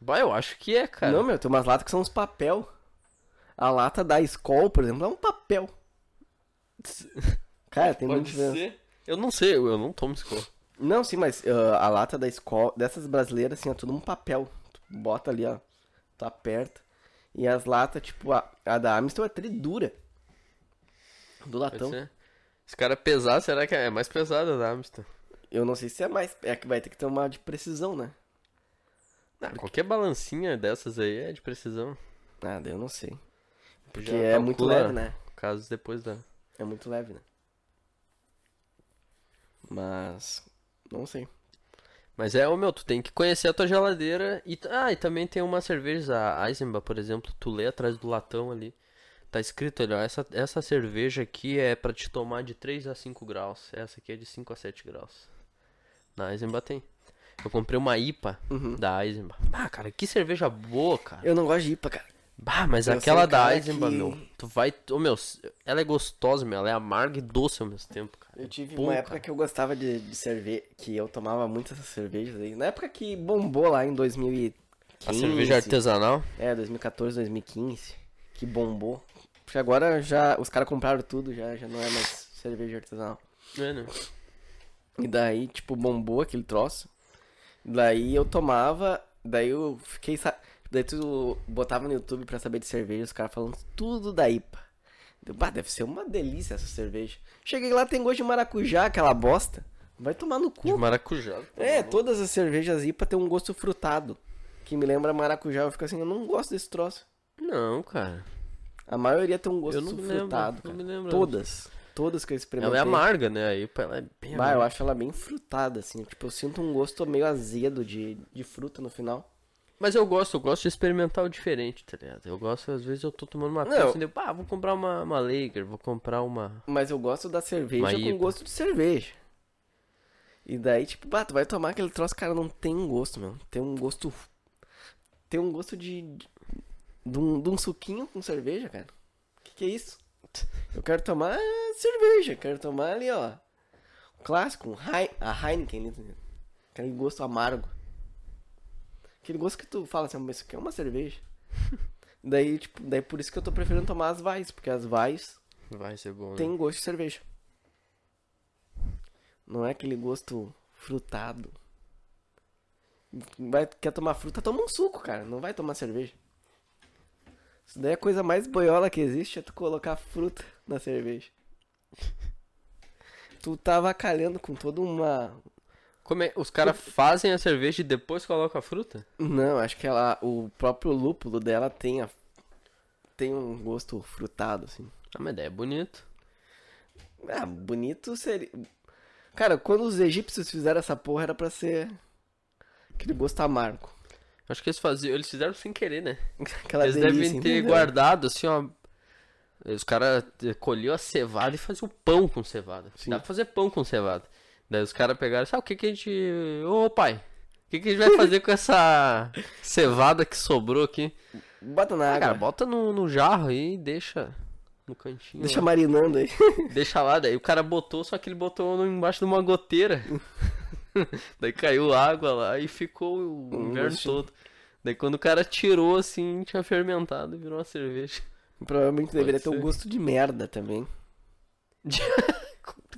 Bah, eu acho que é, cara.
Não, meu, tem umas latas que são uns papel. A lata da Skol, por exemplo, é um papel. Cara, tem
Pode
muito diferença.
ser. Eu não sei, eu, eu não tomo escola.
Não, sim, mas ah, a lata da escola, dessas brasileiras, assim, é tudo um papel. Tu bota ali, ó, tu aperta. E as latas, tipo, a, a da Amstel é tridura. Do
Pode
latão.
ser. Esse cara é pesado, será que é mais pesada da Amstel?
Eu não sei se é mais. É que vai ter que ter uma de precisão, né?
Ah, qualquer balancinha dessas aí é de precisão.
Nada, eu não sei. Porque é muito
calcula
leve, né?
Casos depois da.
É muito leve, né? Mas. Não sei.
Mas é, ô meu, tu tem que conhecer a tua geladeira. E, t- ah, e também tem uma cerveja, a Eisenbach, por exemplo, tu lê atrás do latão ali. Tá escrito ali, ó, essa, essa cerveja aqui é pra te tomar de 3 a 5 graus. Essa aqui é de 5 a 7 graus. Na Eisenbach tem. Eu comprei uma IPA da Eisenbach. Ah, cara, que cerveja boa, cara.
Uhum. Eu não gosto de IPA, cara.
Bah, mas
Eu sou
aquela
um
da
cara
Eisenbach,
que-
meu. Tu vai. Ô, meu, ela é gostosa, meu. Ela é amarga e doce ao mesmo tempo, cara.
Eu tive
Pô,
uma época
cara.
que eu gostava de, de cerveja, que eu tomava muito essas cervejas aí. Na época que bombou lá em 2015.
A cerveja artesanal.
É, 2014, 2015. Que bombou. Porque agora já os caras compraram tudo, já, já não é mais cerveja artesanal.
É, né?
E daí, tipo, bombou aquele troço. Daí eu tomava, daí eu fiquei. sa- Daí tu botava no YouTube pra saber de cerveja, os caras falando tudo da IPA. Deu, bah, deve ser uma delícia essa cerveja. Cheguei lá, tem gosto de maracujá, aquela bosta. Vai tomar no
De
cu.
maracujá.
É, todas as cervejas IPA tem um gosto frutado. Que me lembra maracujá. Eu fico assim, eu não gosto desse troço.
Não, cara.
A maioria tem um gosto
Eu não me lembro,
frutado.
não
cara.
me lembro.
Todas. Todas que eu
Ela
experimentei.
é amarga, né? Aí pô, ela é bem
Bah,
amarga.
eu acho ela bem frutada, assim. Tipo, eu sinto um gosto meio azedo de, de fruta no final.
Mas eu gosto, eu gosto de experimentar o diferente, tá ligado? Eu gosto, às vezes eu tô tomando uma
Não.
coisa e eu, pá, vou comprar uma, uma Lager, vou comprar uma.
Mas eu gosto da cerveja
Uma
com
IPA.
gosto de cerveja. E daí, tipo, bah, tu vai tomar aquele troço, cara, não tem gosto, meu. Tem um gosto. Tem um gosto de. de, de um, de um suquinho com cerveja, cara. Que que é isso? Eu quero tomar cerveja, quero tomar ali, ó. O clássico, um Hei- a Heineken, né? aquele gosto amargo. Aquele gosto que tu fala assim, mas isso aqui é uma cerveja. daí, tipo, daí por isso que eu tô preferindo tomar as Vais, porque as Vais
Vai ser bom. né?
tem gosto de cerveja. Não é aquele gosto frutado. Vai, quer tomar fruta, toma um suco, cara. Não vai tomar cerveja. Isso daí é a coisa mais boiola que existe, é tu colocar fruta na cerveja. Tu tava calhando com toda uma.
Como é- Os caras fazem a cerveja e depois colocam a fruta?
Não, acho que ela. O próprio lúpulo dela tem, a- tem um gosto frutado, assim.
Ah, mas daí é bonito.
Ah, bonito seria. Cara, quando os egípcios fizeram essa porra, era pra ser. Aquele gosto amargo.
Acho que eles faziam. Eles fizeram sem querer, né?
Aquela
Eles
delícia,
devem ter
entendeu?
guardado, assim, ó. Os caras colhiam a cevada e faziam pão com cevada. Dá pra fazer pão com cevada. Daí os caras pegaram, sabe o que que a gente... Ô, pai, o que que a gente vai fazer com essa cevada que sobrou aqui?
Bota na
Ah, cara,
água.
bota no, no jarro aí e deixa no cantinho.
Deixa
lá.
marinando aí.
Deixa lá, daí o cara botou, só que ele botou no- embaixo de uma goteira. daí caiu água lá e ficou o
Hum,
inverno
gostinho.
todo. Daí quando o cara tirou assim, tinha fermentado e virou uma cerveja.
Provavelmente deveria ter um
ser.
gosto de merda também.
De-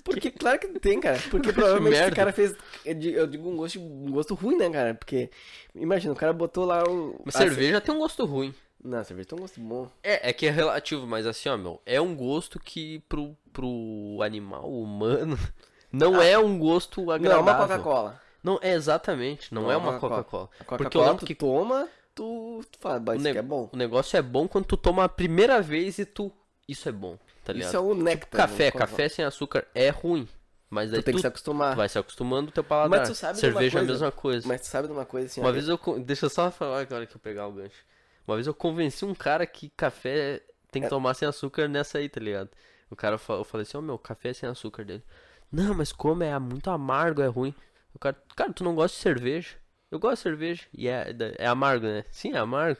Porque, claro que tem, cara. Porque
Gosto de
provavelmente esse
merda.
cara fez. eu di- Eu digo um gosto, um gosto ruim, né, cara? Porque. Imagina, o cara botou lá o.
Mas
a ce-
cerveja tem um gosto ruim.
Não, a cerveja tem um gosto bom.
É, é que é relativo, mas assim, ó, meu, é um gosto que pro, pro animal humano não é um gosto
Ah. Não, é
agradável.
uma Coca-Cola.
Não, é exatamente, não, é uma Coca-Cola.
A
Porque eu
Coca-Cola
lembro
tu
que
toma, tu, tu fala, "Bah,
o,
isso
ne-
aqui é bom.
o negócio é bom quando tu toma a primeira vez e tu. Isso é bom, tá ligado?
Isso é o néctar. né,
Café,
Coca-Cola.
café sem açúcar é ruim. Mas daí
Tu
tu,
tem que se acostumar.
tu vai se acostumando o teu paladar.
Mas tu sabe de uma
Cerveja é a
coisa?
mesma coisa.
Mas tu sabe de uma coisa assim, ó,
Uma vez eu. con- Deixa eu só falar agora que eu pegar o gancho. Uma vez eu convenci um cara que café tem que tomar sem açúcar nessa aí, tá ligado? O cara fa- eu falei assim, ó meu, café é sem açúcar dele. Não, mas como é muito amargo, é ruim. O cara, cara, tu não gosta de cerveja? Eu gosto de cerveja. E é, é amargo, né? Sim, é amargo.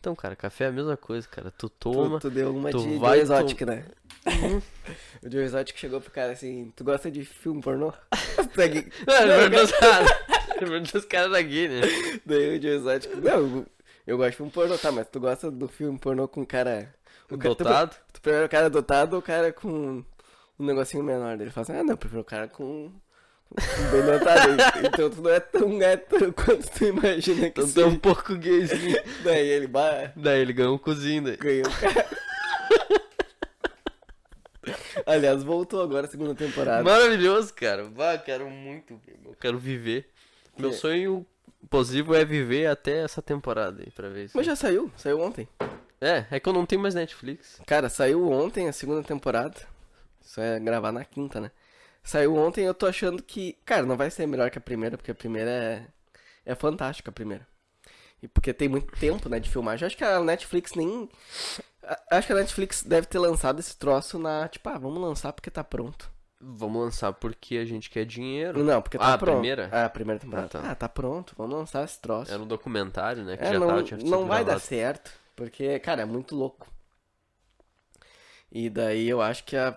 Então, cara, café é a mesma coisa, cara. Tu
tu,
toma.
tu deu uma
tu Uhum.
de
vai
Joe Exotic, né? o Joe Exotic chegou pro cara assim, tu gosta de filme pornô? Tá aqui.
Não, é ele
Não,
perguntou os caras. Ele perguntou É os caras da Guiné. né?
Daí o Joe Exotic, não, eu gosto de filme pornô, tá, mas tu gosta do filme pornô com cara... O cara- tu-
Dotado.
Tu, prefere o cara dotado ou o cara com um negocinho menor? Daí Ele fala assim, ah não, eu prefiro o cara com... com Bem dotado, então tu não é tão gato quanto tu imagina que
Eu tô um
seja.
pouco gayzinho.
Daí ele, bah,
Daí ele ganhou um cozinho. Daí.
Ganhou o cara. Aliás, voltou agora a segunda temporada.
Maravilhoso, cara. Bah, quero muito, ver, meu. quero viver. Meu é
Que-
sonho possível é viver até essa temporada aí, pra ver isso.
Mas já saiu, saiu ontem.
É, é que eu não tenho mais Netflix.
Cara, saiu ontem a segunda temporada. Isso é gravar na quinta, né? Saiu ontem eu tô achando que. Cara, não vai ser melhor que a primeira, porque a primeira é. É fantástica a primeira. E porque tem muito tempo, né, de filmagem. Acho que a Netflix nem. a- Acho que a Netflix deve ter lançado esse troço na. Tipo, ah, vamos lançar porque tá pronto.
Vamos lançar porque a gente quer dinheiro.
Não, porque tá
Ah, a
pronto.
primeira?
Ah, a primeira temporada.
Ah, tá.
Ah, tá pronto, vamos lançar esse troço.
Era um documentário, né? Que
É,
já
não,
tava, tinha sido
não vai dar
gravado.
certo, porque, cara, é muito louco. E daí eu acho que a.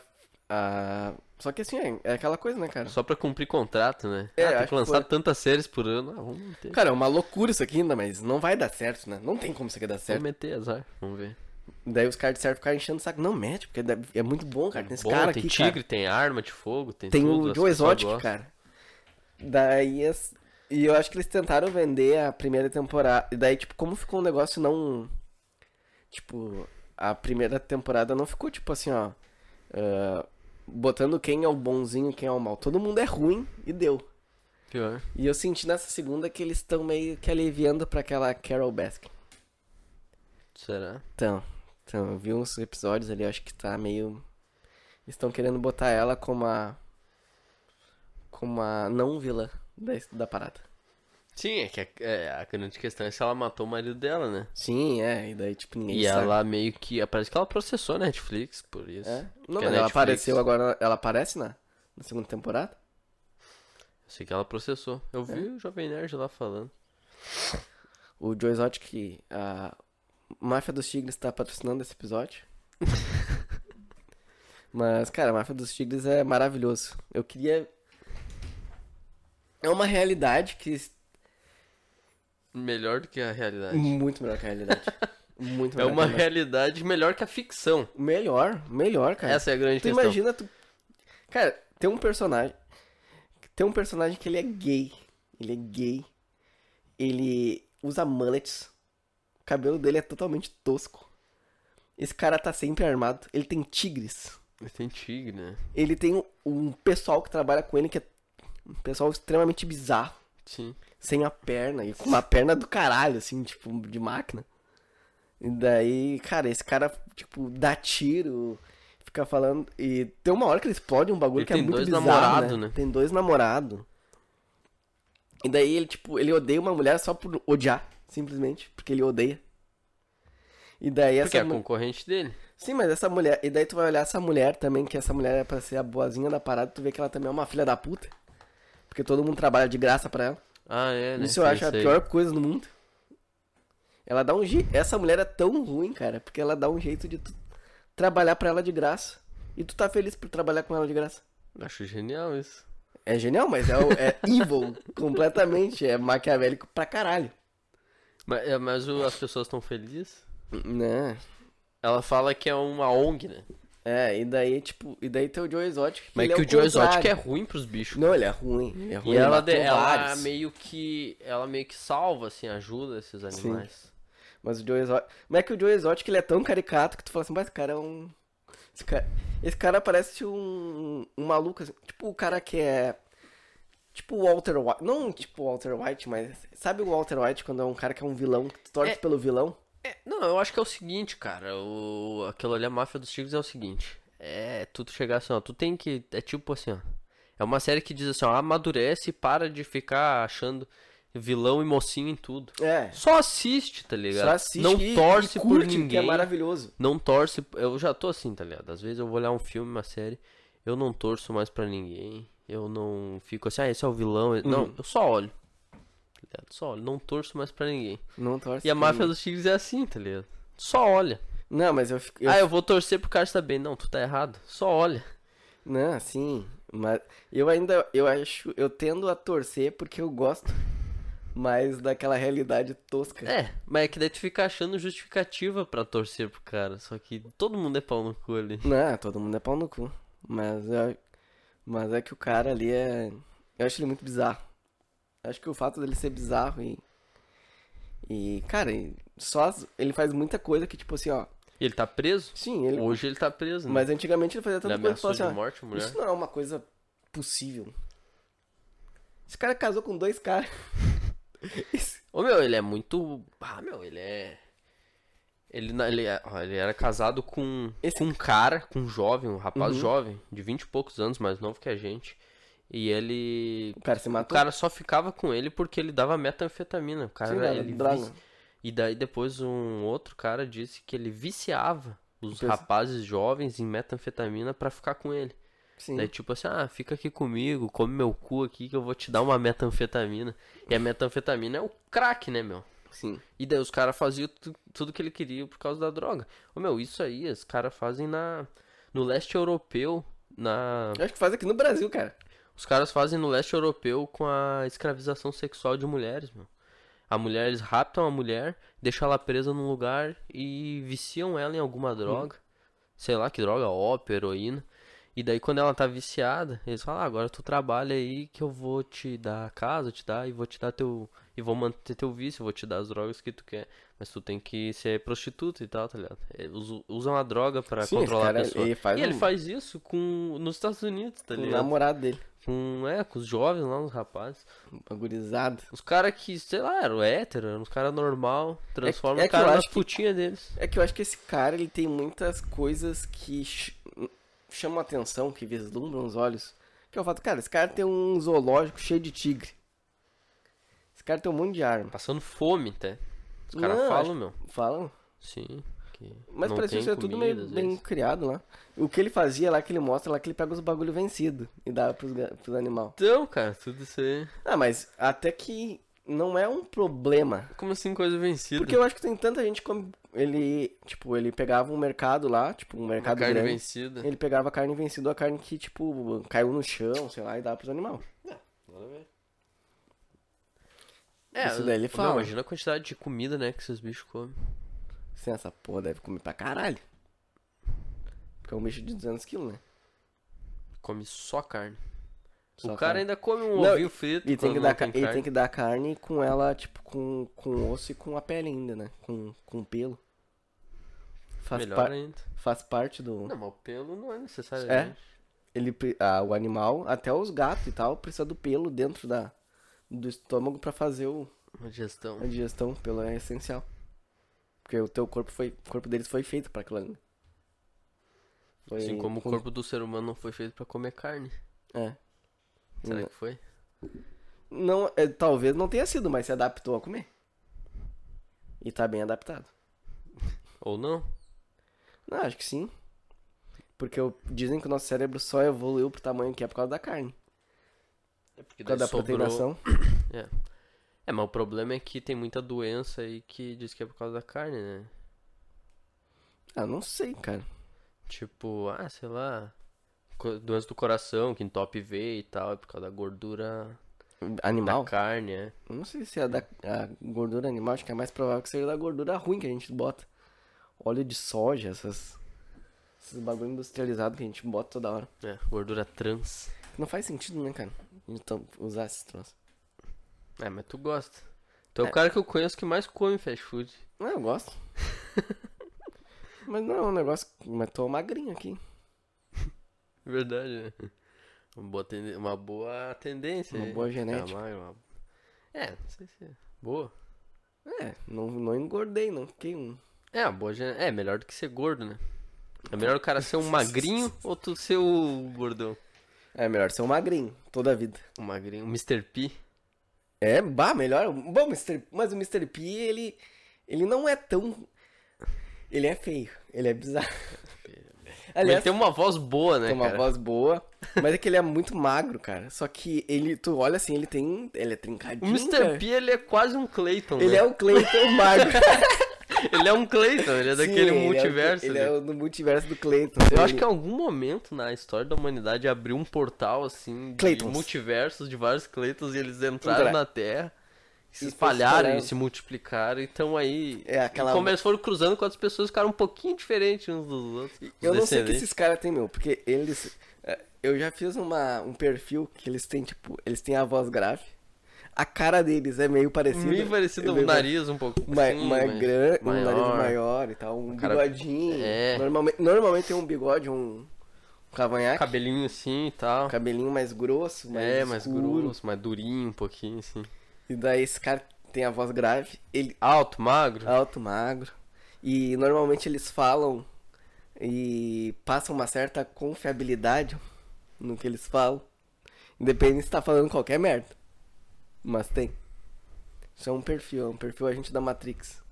a... Só que assim, é- é aquela coisa, né, cara?
Só pra cumprir contrato, né?
É,
ah,
acho
tem
que
que lançar
foi.
tantas séries por ano. Ah, vamos meter.
Cara, é uma loucura isso aqui ainda, mas não vai dar certo, né? Não tem como isso aqui dar certo.
Vamos meter, azar. Vamos ver.
Daí os caras de certo ficaram enchendo o saco. Não, mete, porque deve- é muito bom, cara. Tem esse
Bom,
cara
tem
aqui,
tigre,
cara.
tem arma de fogo, tem
Tem
tudo.
o
as
Joe
pessoas
Exotic,
gostam.
cara. Daí as... E eu acho que eles tentaram vender a primeira temporada. E daí, tipo, como ficou um negócio não... Tipo, a primeira temporada não ficou, tipo assim, ó... ah, botando quem é o bonzinho e quem é o mal. Todo mundo é ruim e deu.
Pior.
E eu senti nessa segunda que eles estão meio que aliviando pra aquela Carol Baskin.
Será?
Então, então, eu vi uns episódios ali, eu acho que tá meio. Estão querendo botar ela como a. Como a não vilã da, da parada.
Sim, é que a, é, a grande questão é se ela matou o marido dela, né?
Sim, é, e daí, tipo, ninguém
E
sabe.
ela meio que. Parece que ela processou a Netflix por isso.
É?
Porque
Não, mas
a
ela
Netflix-
apareceu agora. Ela aparece na, na segunda temporada?
Eu sei que ela processou. Eu
É.
vi o Jovem Nerd lá falando.
O Joe Exotic, a Máfia dos Tigres tá patrocinando esse episódio. Mas, cara, a Máfia dos Tigres é maravilhoso. Eu queria. É uma realidade que
Melhor do que a realidade.
Muito melhor que a realidade. Muito
É
melhor.
uma
que a realidade.
realidade melhor que a ficção.
Melhor, melhor, cara.
Essa é a grande
tu
questão.
imagina tu. Cara, tem um personagem. Tem um personagem que ele é gay. Ele é gay. Ele usa mullets. O cabelo dele é totalmente tosco. Esse cara tá sempre armado. Ele tem tigres.
Tem tigre, né?
Ele tem um- um pessoal que trabalha com ele que é um pessoal extremamente bizarro.
Sim.
sem a perna e com uma perna do caralho, assim, tipo, de máquina. E daí, cara, esse cara, tipo, dá tiro, fica falando. E tem uma hora que ele explode um bagulho
Ele
que é
tem
muito
dois
bizarro.
namorado,
né?
né?
Tem dois namorados. E daí ele, tipo, ele odeia uma mulher só por odiar, simplesmente, porque ele odeia. E daí
Porque é
essa.
a
mu-
concorrente dele.
Sim, mas essa mulher. E daí tu vai olhar essa mulher também, que essa mulher é pra ser a boazinha da parada, tu vê que ela também é uma filha da puta. Porque todo mundo trabalha de graça pra ela.
Ah, é, né?
Isso eu
Tem
acho a
aí.
pior coisa do mundo. Ela dá um jeito. Essa mulher é tão ruim, cara, porque ela dá um jeito de tu trabalhar pra ela de graça. E tu tá feliz por trabalhar com ela de graça.
Acho genial isso.
É genial, mas é, o- é evil completamente. É maquiavélico pra caralho.
Mas, é, mas o- as pessoas estão felizes?
Né?
Ela fala que é uma ONG, né?
É, e daí, tipo, e daí tem o Joe Exotic.
Mas
ele
que
é
o Joe
contrário.
Exotic é ruim pros bichos.
Não, ele é ruim. Ele é ruim.
E ela,
matou
de- ela
vários.
meio que. Ela meio que salva, assim, ajuda esses animais.
Mas o Joe Exotic. Mas é que o Joe Exotic ele é tão caricato que tu fala assim, mas esse cara é um. Esse cara, esse cara parece um, um maluco, assim. Tipo o cara que é. Tipo o Walter White. Não tipo o Walter White, mas. Sabe o Walter White quando é um cara que é um vilão, que tu torce
É.
pelo vilão?
É, não, eu acho que é o seguinte, cara. O... Aquilo ali, a máfia dos tigres é o seguinte. É, tu chegar assim, ó. Tu tem que. É tipo assim, ó. É uma série que diz assim, ó. Amadurece e para de ficar achando vilão e mocinho em tudo.
É.
Só assiste, tá ligado?
Só assiste
não
e,
torce
e
por
curte,
ninguém.
que é maravilhoso.
Não torce. Eu já tô assim, tá ligado? Às vezes eu vou olhar um filme, uma série. Eu não torço mais pra ninguém. Eu não fico assim, ah, esse é o vilão.
Uhum.
Não, eu só olho. Tá ligado? Só olho. Não torço mais pra ninguém.
Não torce.
E a
por
máfia
ninguém.
dos tigres é assim, tá ligado? Só olha.
Não, mas eu fico. eu
Ah, eu vou torcer pro cara estar bem. Não, tu tá errado. Só olha.
Não, sim, né, assim, mas eu ainda, eu acho, eu tendo a torcer porque eu gosto mais daquela realidade tosca.
É, mas é que daí tu fica achando justificativa pra torcer pro cara. Só que todo mundo é pau no cu ali.
Não, todo mundo é pau no cu, mas é, mas é que o cara ali é, eu acho ele muito bizarro. Acho que o fato dele ser bizarro e, e cara, e só, as- ele faz muita coisa que tipo assim, ó,
E ele tá preso?
sim, ele,
Hoje ele tá preso, né?
mas antigamente ele fazia
ele
tanta coisa que
ameaçou
falava
de
assim, ó,
morte, a mulher.
Isso não é uma coisa possível. Esse cara casou com dois caras. Esse-
Ô meu, ele é muito. Ah, meu, ele é. Ele, na- ele, ó, ele era casado com, com um cara, com um jovem, um
Uhum.
rapaz jovem, de vinte e poucos anos, mais novo que a gente. E ele.
O cara se
O
matou.
cara só ficava com ele porque ele dava metanfetamina. O cara,
Sim, cara,
ele
droga.
vici- E daí depois um outro cara disse que ele viciava os
Pensa-
rapazes jovens em metanfetamina pra ficar com ele.
Sim.
Daí tipo assim, ah, fica aqui comigo, come meu cu aqui que eu vou te dar uma metanfetamina. E a metanfetamina é o crack, né, meu?
Sim.
E daí os caras faziam tu- tudo que ele queria por causa da droga. Ô, meu, isso aí os caras fazem na no leste europeu, na
Eu acho que faz aqui no Brasil, cara.
os caras fazem no leste europeu com a escravização sexual de mulheres, meu. A mulher, eles raptam a mulher, deixam ela presa num lugar e viciam ela em
Uhum.
alguma droga. Sei lá que droga, ópio, heroína. E daí quando ela tá viciada, eles falam, ah, agora tu trabalha aí que eu vou te dar a casa, te dar e vou te dar teu... E vou manter teu vício, vou te dar as drogas que tu quer. Mas tu tem que ser prostituta e tal, tá ligado? Eles us- usam a droga pra
Sim, esse
controlar
cara,
a pessoa.
ele faz
e ele
um-
faz isso com... nos Estados Unidos, tá
o
ligado?
namorado dele. Um
com, é, com os jovens lá, os rapazes.
Agorizado.
Os caras que, sei lá, eram héteros, eram uns caras normal, transforma
é
o
que eu
cara nas
acho que-
putinhas deles.
É que eu acho que esse cara, ele tem muitas coisas que ch- chamam a atenção, que vislumbram os olhos. Que é o fato, cara, esse cara tem um zoológico cheio de tigre. Esse cara tem um monte de arma.
Passando fome, até. Os caras
Não,
falam,
acho-
meu.
Falam?
Sim. Que
Mas
não
parece
tem
que isso é tudo
comida,
meio
às
bem
vezes.
criado lá. O que ele fazia lá, que ele mostra lá, que ele pega os bagulho vencido e dá pros, ga- pros animal.
Então, cara, tudo isso aí.
Ah, mas até que não é um problema.
Como assim, coisa vencida?
Porque eu acho que tem tanta gente como ele, tipo, ele pegava um mercado lá, tipo, um
Uma
mercado
carne
grande.
vencida.
Ele pegava a carne vencida, a carne que, tipo, caiu no chão, sei lá, e dava pros animais.
É,
Isso daí ele
meu,
fala.
imagina a quantidade de comida, né, que esses bichos comem.
Sem essa porra, deve comer pra caralho. Porque é um bicho de 200 quilos, né?
Come só carne.
Só
o cara
carne.
ainda come um
Não,
ovinho frito
E tem,
quando
que
não
dar, ca- e
carne.
tem que dar carne com ela, tipo, com, com osso e com a pele ainda, né? Com, com pelo. Faz,
Melhor né?
par-
ainda.
faz parte do...
Não, mas o pelo não é necessariamente.
Ele, pre- ah, o animal, até os gatos e tal, precisa do pelo dentro da, do estômago pra fazer o,
Uma digestão.
a digestão. Pelo é essencial. Porque o teu corpo foi... O corpo deles foi feito pra aquilo ali. né? Foi
Assim como o
com-
corpo do ser humano não foi feito pra comer carne.
É.
Será
Não.
que foi?
Não, é, talvez não tenha sido, mas se adaptou a comer. E tá bem adaptado.
Ou não?
Não, acho que sim. Porque o- dizem que o nosso cérebro só evoluiu pro tamanho que é por causa da carne.
É porque
Por causa da proteinação.
É, mas o problema é que tem muita doença aí que diz que é por causa da carne, né?
Ah, não sei, cara.
Tipo, ah, sei lá. co- Doença do coração, que entope V e tal, é por causa da gordura
Animal?
da carne, é.
Não sei se é da a gordura animal, acho que é mais provável que seja da gordura ruim que a gente bota. Óleo de soja, essas. Esses bagulho industrializado que a gente bota toda hora.
É, gordura trans.
Não faz sentido, né, cara? Então, usar esses troços.
É, mas tu gosta. Tu é,
É.
o cara que eu conheço que mais come fast food.
Ah, eu gosto. Mas não é um negócio. Mas tô magrinho aqui.
Verdade, né? Uma boa, tende- uma boa tendência.
Uma
aí,
boa
ficar
genética.
magro, uma- É, não sei se é. Boa.
É, não, não engordei, não. Fiquei um.
É, a boa gene- é melhor do que ser gordo, né? É melhor o cara ser um magrinho ou tu ser o gordão?
É melhor ser um magrinho, toda a vida.
O magrinho, o Mr. P.
É, bah, melhor. Bom, Mr. Mas o Mr. P, ele. Ele não é tão. Ele é feio. Ele é bizarro.
Ele
Aliás,
tem uma voz boa, né,
tem uma
cara?
voz boa. Mas é que ele é muito magro, cara. Só que ele. Tu olha assim, ele tem. Ele é
O
trincadinho.
Mr.
cara.
P, ele é quase um Clayton,
Ele
né?
é o Cleiton magro.
Ele é um Clayton, ele é daquele
Sim, ele é o-
multiverso. né?
Ele
ali.
é o do multiverso do Cleiton.
Eu acho que em algum momento na história da humanidade abriu um portal, assim, de
Claytons.
multiversos de vários Claytons e eles entraram
Entra-
na Terra, se
E foi
espalharam e
espalhando.
se multiplicaram. Então aí,
É aquela-
como eles foram cruzando com as pessoas, ficaram um pouquinho diferentes uns dos outros.
Eu
os
não sei o que
descendentes.
esses caras têm, meu, porque eles. é, Eu já fiz uma, um perfil que eles têm, tipo, eles têm a voz grave. A cara deles é meio parecida.
Meio parecido
é
o
meio
nariz um pouco.
Ma
assim, mas
magra- um nariz
maior.
maior e tal, um
cara-
bigodinho.
é.
Normalmente, normalmente tem um bigode, um, um cavanhaque,
Cabelinho assim e tal.
um cabelinho mais grosso, mais
é, mais
escuro.
grosso, mais durinho um pouquinho, assim.
E daí esse cara tem a voz grave, ele Ah.
Alto, magro.
alto, magro. E normalmente eles falam e passam uma certa confiabilidade no que eles falam. Independente se tá falando qualquer merda. Mas tem. Isso é um perfil, é um perfil agente da Matrix.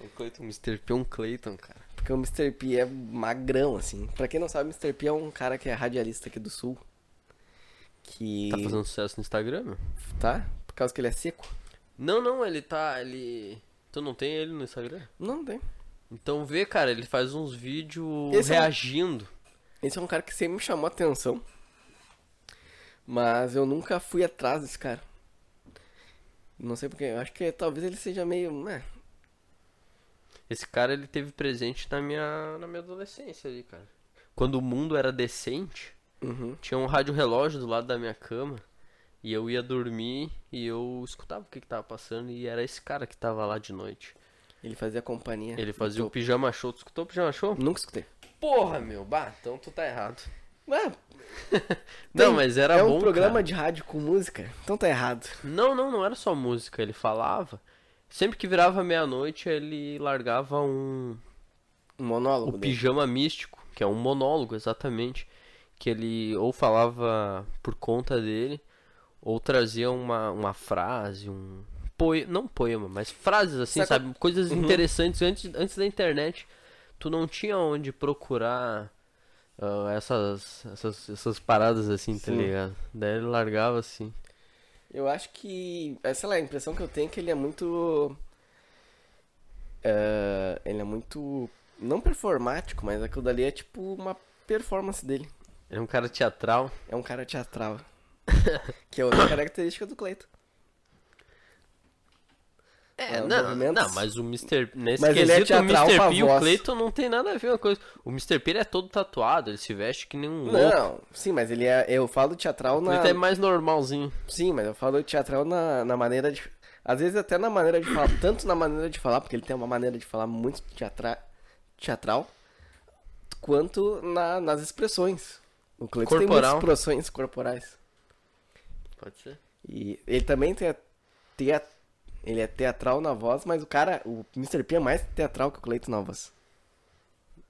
O Clayton, Mr. P é um Clayton, cara.
Porque o Mr. P é magrão, assim. Pra quem não sabe, o Mr. P é um cara que é radialista aqui do sul. Que.
Tá fazendo sucesso no Instagram, meu?
Tá? Por causa que ele é seco?
Não, não, ele tá. Ele. Tu não tem ele no Instagram?
Não tem.
Então vê, cara, ele faz uns vídeos
Esse é um-
reagindo.
Esse é um cara que sempre me chamou a atenção. Mas eu nunca fui atrás desse cara. Não sei porque. Eu acho que talvez ele seja meio. né,
Esse cara, ele teve presente na minha, na minha adolescência ali, cara. Quando o mundo era decente,
Uhum.
tinha um rádio relógio do lado da minha cama. E eu ia dormir e eu escutava o que, que tava passando. E era esse cara que tava lá de noite.
Ele fazia companhia.
Ele fazia o
Então
pijama show. Tu escutou o pijama show?
Nunca escutei.
Porra, meu. Bah, então tu tá errado.
Ué,
Não,
Tem-
mas era
é
bom,
um programa
cara.
de rádio com música? Então tá errado.
Não, não, não era só música, ele falava. Sempre que virava meia-noite, ele largava um
Um monólogo.
o
dele.
pijama místico, que é um monólogo exatamente, que ele ou falava por conta dele, ou trazia uma, uma frase, um poema, não poema, mas frases assim,
Saca-
sabe, coisas
Uhum.
interessantes antes antes da internet. Tu não tinha onde procurar ah, essas, essas essas paradas assim, tá
Sim.
ligado? Daí ele largava assim.
Eu acho que. é, Sei lá, a impressão que eu tenho é que ele é muito. é, ele é muito. Não performático, mas aquilo dali é tipo uma performance dele.
Era um cara teatral.
É um cara teatral. que é outra característica do Cleiton.
É,
Ah,
não,
movimentos.
não, mas o Mr. Nesse
Mas ele é
quesito, o
teatral com a
Mr. P e o
voz.
Clayton não tem nada a ver uma coisa. O Mr. P ele é todo tatuado, ele se veste que nem um louco.
Não, sim, mas ele é. Eu falo teatral
O
na.
Clayton é mais normalzinho.
Sim, mas eu falo teatral na, na maneira de. Às vezes até na maneira de falar. Tanto na maneira de falar, porque ele tem uma maneira de falar muito teatra, teatral, quanto na- nas expressões. O Cleiton tem muitas
Corporal.
expressões corporais.
Pode ser.
E ele também tem a, tem a- ele é teatral na voz, mas o cara, o Mr. P é mais teatral que o Cleiton na voz.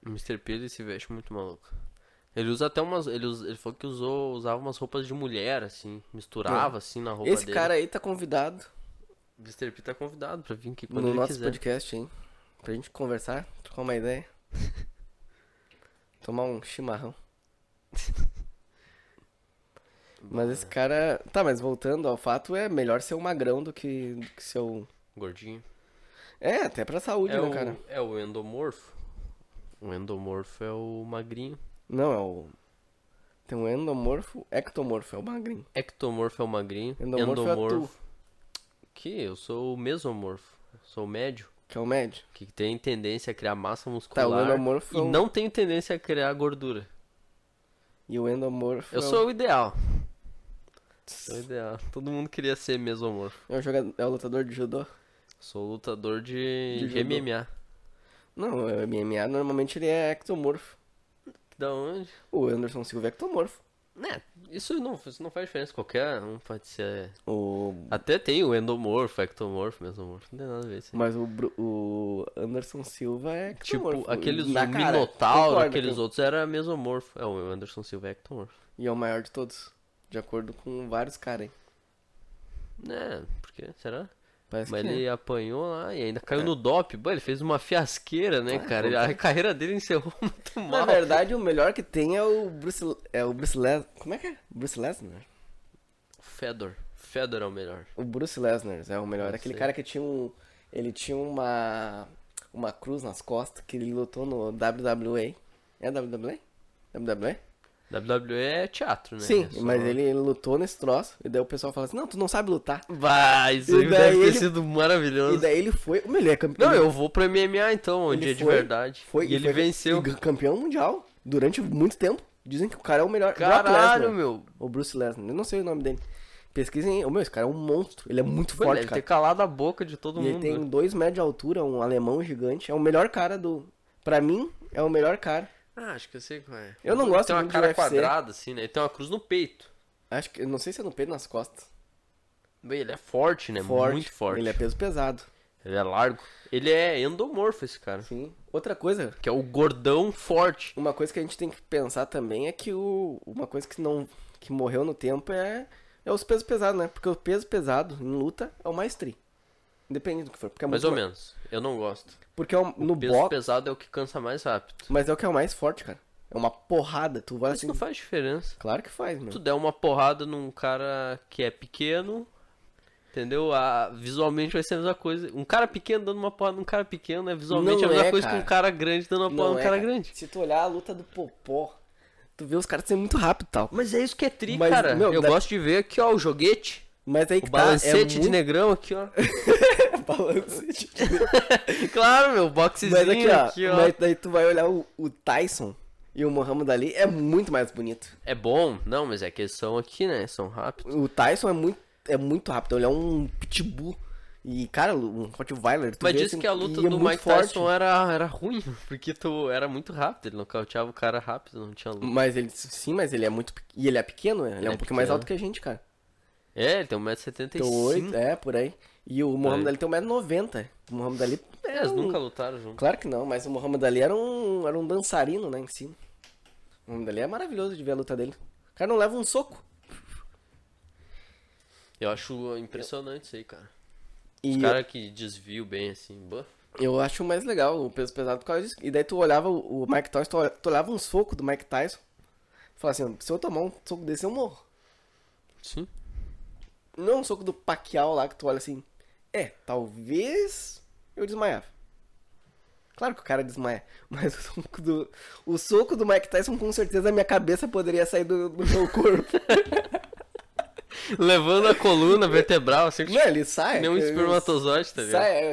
O Mr. P ele se veste muito maluco. Ele usa até umas. Ele, usa- ele falou que usou, usava umas roupas de mulher, assim. Misturava, assim, na roupa
Esse
dele.
cara aí tá convidado
O Mr. P tá convidado pra vir aqui quando
no
ele
nosso
quiser.
podcast, hein? Pra gente conversar, trocar uma ideia. Tomar um chimarrão. Mas esse cara. Tá, mas voltando ao fato, é melhor ser um magrão do que, do que ser um.
Gordinho.
É, até pra saúde,
É
né,
o,
cara?
é o endomorfo. O endomorfo é o magrinho.
Não, é o. Tem um endomorfo, ectomorfo, é o magrinho.
Ectomorfo é o magrinho.
Endomorfo é
Que? Eu sou o mesomorfo. Eu Sou o médio.
Que é o médio.
Que tem tendência a criar massa
Tá,
muscular.
o endomorfo. é
e
o-
não tenho tendência a criar gordura.
E o endomorfo.
Eu
é o-
sou o ideal. Sou o ideal. Todo mundo queria ser mesomorfo.
É o, jogador, é o lutador de judô?
Sou lutador de, de
De judô.
MMA.
Não, é o MMA normalmente ele é ectomorfo.
Da onde?
O Anderson Silva é ectomorfo.
Né, isso não, isso não faz diferença. Qualquer um pode ser.
O...
Até tem o endomorfo, ectomorfo, mesomorfo. Não tem nada a ver. Assim.
Mas o, Bru- o Anderson Silva é ectomorfo.
Tipo, aqueles
Na
o
cara,
Minotauro,
concordo
aqueles
com-
outros era mesomorfo. É, o Anderson Silva é ectomorfo.
E é o maior de todos. De acordo com vários caras, hein?
Né, porque será?
Parece
Mas
que é.
ele apanhou lá e ainda caiu no DOP. Bom, ele fez uma fiasqueira, né,
Ah,
cara? Ele- A carreira dele encerrou muito
é.
mal.
Na verdade, o melhor que tem é o Bruce, é o Bruce Les... Como é que é? Bruce Lesnar?
Fedor. Fedor é o melhor.
O Bruce Lesnar é o melhor.
Pode
Aquele
ser.
cara que tinha um... Ele tinha uma... Uma cruz nas costas que ele lutou no WWE. É WWE? WWE?
WWE é teatro, né?
Sim,
É só-
mas ele, ele lutou nesse troço. E daí o pessoal fala assim, não, tu não sabe lutar.
Vai, isso
E
aí
daí
deve ter
ele-
sido
E
maravilhoso.
daí ele foi... Meu, ele é campeão.
Não, eu vou pro MMA então, onde
Ele
é de
foi-
verdade.
Foi,
e ele
foi
venceu.
e campeão mundial durante muito tempo. Dizem que o cara é o melhor. Brock
Caralho,
Lesnar.
meu.
O Bruce Lesnar. Eu não sei o nome dele. Pesquisem. aí. Ô, meu, esse cara é um monstro. Ele é muito
Pô, ele
forte,
deve ter
cara.
calado a boca de todo
E ele
mundo.
tem dois metros de altura, um alemão gigante. É o melhor cara do... Pra mim, é o melhor cara.
Ah, acho que eu sei qual é.
Eu não gosto
Tem uma
muito de
cara
UFC.
quadrada, assim, né? Ele tem uma cruz no peito.
Acho que... eu Não sei se é no peito nas costas.
Bem, ele é forte, né?
Forte. é-
Muito forte.
Ele é peso pesado.
Ele é largo. Ele é endomorfo, esse cara.
Sim. Outra coisa,
Que é o gordão forte.
uma coisa que a gente tem que pensar também é que o, uma coisa que não que morreu no tempo é é os pesos pesados, né? Porque o peso pesado em luta é o mais tri. Independente do que for, porque é
Mais
muito
ou
ma-
menos. Eu não gosto.
Porque é o- no
Peso
box,
pesado é o que cansa mais rápido.
mas é o que é o mais forte, cara. É uma porrada, tu vai
Isso
assim,
não faz diferença.
claro que faz, meu.
Tu der uma porrada num cara que é pequeno, entendeu? Ah, visualmente vai ser a mesma coisa. Um cara pequeno dando uma porrada num cara pequeno é visualmente
Não
a mesma
é,
coisa
cara.
que um cara grande dando uma porrada
Não
num
é,
cara
cara.
grande.
Se tu olhar a luta do Popó, tu vê os caras sendo muito rápido e tal.
Mas é isso que é tri,
Mas,
cara.
meu,
Eu
da-
gosto de ver aqui, ó, o joguete.
Mas aí que
O
tá, é
balancete de
muito...
negrão aqui, ó.
balancete.
claro, meu, boxezinho
Mas aqui, ó,
aqui, ó.
mas daí tu vai olhar o, o Tyson e o Muhammad Ali é muito mais bonito.
É bom? Não, mas é que eles são aqui, né? São rápidos.
O Tyson é muito, é muito rápido, ele é um pitbull. E, cara, um Rottweiler, tu
Mas
vê
diz
assim,
que a luta
e é
do
muito
Mike
forte.
Tyson era, era ruim, porque tu era muito rápido, ele nocauteava o cara rápido, não tinha luta.
Mas ele, sim, mas ele é muito, pe- e ele é pequeno, né? ele, é um
é
pouquinho mais
pequeno.
alto que a gente, cara.
É, ele tem
Tem oito,
1,75m.
é, por aí. E o Muhammad Ali tem 1,90m. O Muhammad Ali
É,
é
eles
um-
nunca lutaram junto.
Claro que não, mas o Muhammad Ali era um, era um dançarino, né, em cima. O Muhammad Ali é maravilhoso de ver a luta dele. O cara não leva um soco.
Eu acho impressionante isso aí, cara.
E
Os caras que desviam bem, assim, bah.
eu acho mais legal o peso pesado por causa disso. E daí tu olhava o o Mike Tyson, tu olha- tu olhava um soco do Mike Tyson. Falava assim, se eu tomar um soco desse, eu morro.
Sim.
Não um soco do Pacquiao lá, que tu olha assim, é, talvez eu desmaiava. Claro que o cara desmaia, mas o soco do, o soco do Mike Tyson, com certeza, a minha cabeça poderia sair do, do meu corpo.
Levando a coluna vertebral, assim,
Não, ele sai.
nem um
ele
espermatozoide, tá ligado?
Sai, é,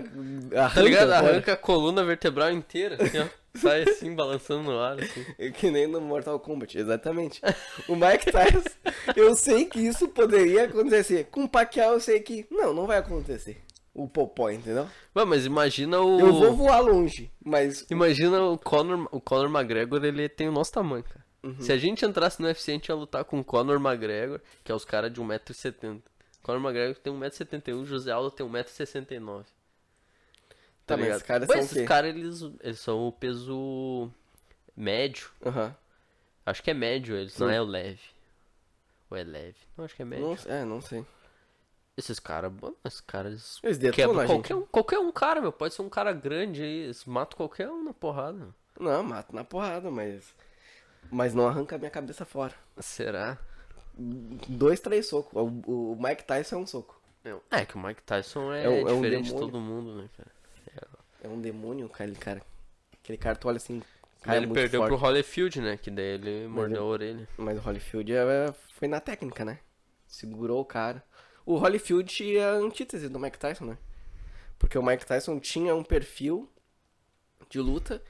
arranca,
Tá ligado?
fora.
Arranca a coluna vertebral inteira, assim, ó. Sai assim, balançando no ar, assim.
É Que nem no Mortal Kombat, exatamente. O Mike Tyson, eu sei que isso poderia acontecer. Com o Pacquiao, eu sei que não, não vai acontecer. O Popó, entendeu?
Ué, mas imagina o.
Eu vou voar longe, mas
Imagina o Conor, o Conor McGregor, ele tem o nosso tamanho, cara.
Uhum.
Se a gente entrasse no UFC, a gente ia lutar com o Conor McGregor, que é os caras de 1,70m. Conor McGregor tem 1,71m, José Aldo tem 1,69m.
Tá, mas esses caras
Pô,
são o
esses
quê?
caras, eles, eles são o peso médio.
Aham.
Acho que é médio eles, não
Sim.
é o leve. Ou é leve? Não, acho que é médio.
Não, é, não sei.
Esses caras, mano, esses caras...
Eles detonam
quebram
a
qualquer
gente.
um, qualquer um cara, meu. Pode ser um cara grande aí, eles matam qualquer um na porrada, meu.
Não, mato na porrada, mas mas não arranca a minha cabeça fora.
Será?
Dois, três socos. O, o Mike Tyson é um soco.
É que o Mike Tyson é,
É um- é um
diferente de
demônio.
todo mundo, né, cara?
É um demônio, aquele cara. Aquele cara, tu olha assim,
Mas
cara, é
ele
muito
perdeu
forte.
pro Holyfield, né? Que daí ele mordeu a orelha.
Mas o Holyfield é- foi na técnica, né? Segurou o cara. O Holyfield é a antítese do Mike Tyson, né? Porque o Mike Tyson tinha um perfil de luta.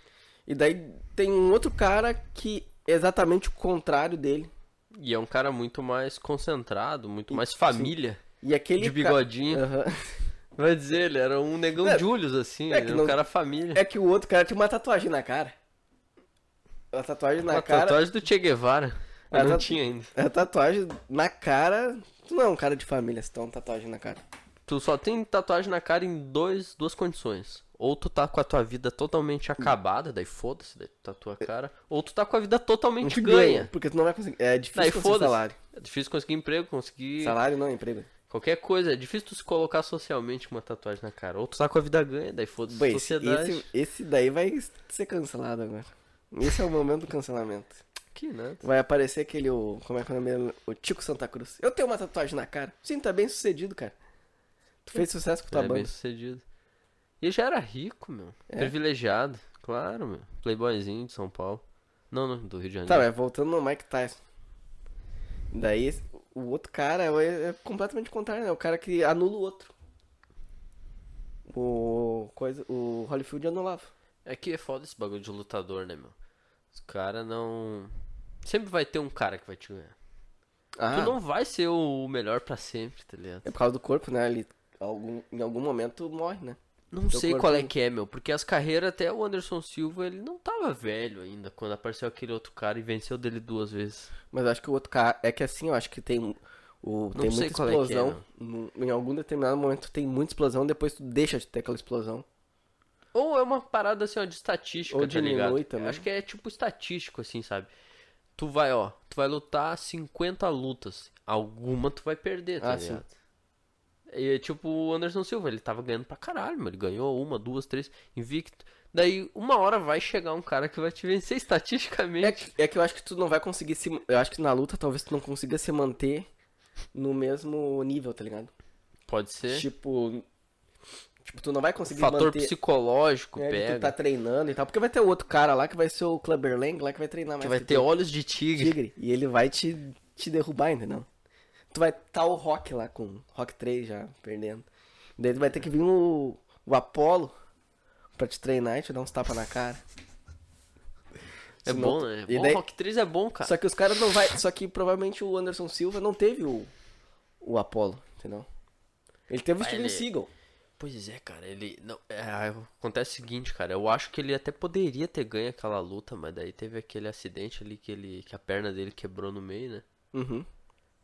E daí tem um outro cara que é exatamente o contrário dele.
E é um cara muito mais concentrado, muito mais família.
E aquele
De
ca-
bigodinho.
Aham.
Vai dizer, ele era um negão
É,
Julius, assim.
é
ele
que
era um
não-
cara família.
É que o outro cara tinha uma tatuagem na cara. Uma tatuagem na
Uma
cara.
tatuagem do Che Guevara. Eu
Ah,
não
tá-
tinha ainda.
A tatuagem na cara. Tu não é um cara de família se tu é uma tatuagem na cara.
Tu só tem tatuagem na cara em dois, duas condições. Ou tu tá com a tua vida
Hum.
totalmente acabada, daí foda-se, daí tu tatua a
É.
cara. Ou tu tá com a vida totalmente ganha.
Porque tu não vai conseguir. É
Daí
difícil conseguir
foda-se.
salário.
É difícil conseguir emprego, conseguir
Salário não, emprego.
Qualquer coisa, é difícil tu se colocar socialmente com uma tatuagem na cara. Ou tu tá com a vida ganha, daí foda-se
Bem, esse,
sociedade.
esse- esse daí vai ser cancelado agora. Esse é o momento do cancelamento.
Que, né?
Vai aparecer aquele, o, como é que é o nome dele? O Tico Santa Cruz. Eu tenho uma tatuagem na cara. Sim, tá bem sucedido, cara. Tu fez sucesso com tua
é bem
banda.
sucedido. E ele já era rico, meu.
É.
Privilegiado, claro, meu. Playboyzinho de São Paulo. Não, não, do Rio de Janeiro.
Tá, mas voltando no Mike Tyson. Daí, esse- o outro cara é, é completamente contrário, né? O cara que anula o outro. O, coisa, o Holyfield anulava.
É que é foda esse bagulho de lutador, né, meu? Os caras não. Sempre vai ter um cara que vai te ganhar.
Ah,
Tu não vai ser o melhor pra sempre, tá ligado?
é por causa do corpo, né? Ele, algum, em algum momento morre, né?
Não
Teu
sei
corpo
qual é
não-
que é, meu, porque as carreiras até o Anderson Silva, ele não tava velho ainda quando apareceu aquele outro cara e venceu dele duas vezes.
Mas eu acho que o outro cara. É que assim, eu acho que tem. O,
Não
tem
sei
muita
qual é que é,
explosão. Num- em algum determinado momento tem muita explosão, depois tu deixa de ter aquela explosão.
Ou é uma parada assim, ó, de estatística,
Ou
tá
diminui
ligado?
também.
Acho que é tipo estatístico, assim, sabe? Tu vai, ó, tu vai lutar 50 lutas. Alguma tu vai perder, tá
Ah,
ligado? E é tipo o Anderson Silva, ele tava ganhando pra caralho, mano. Ele ganhou uma, duas, três, invicto. Daí, uma hora vai chegar um cara que vai te vencer
É
estatisticamente.
que, é que eu acho que tu não vai conseguir se. Eu acho que na luta talvez tu não consiga se manter no mesmo nível, tá ligado?
Pode ser.
Tipo. Tipo, tu não vai conseguir
É. Fator
manter.
psicológico,
é, de
pega.
tu tá treinando e tal. Porque vai ter outro cara lá que vai ser o Clubber Lang, lá que vai treinar mais.
Que vai
que
ter
tu.
olhos de tigre.
tigre. E ele vai te, te derrubar, entendeu? Tu vai tá o Rock lá com Rock 3 já perdendo. Daí tu vai ter que vir o, o Apollo pra te treinar e te dar uns tapas na cara.
É
Senão
bom,
tu-
né?
E
Bom,
daí-
Rock 3 é bom, cara.
Só que os caras não vai. Só que provavelmente o Anderson Silva não teve o, o Apollo, entendeu? Ele teve o Steven
Ah, ele-
Seagal.
Pois é, cara, ele. Não, é, acontece o seguinte, cara. Eu acho que ele até poderia ter ganho aquela luta, mas daí teve aquele acidente ali que, ele, que a perna dele quebrou no meio, né?
Uhum.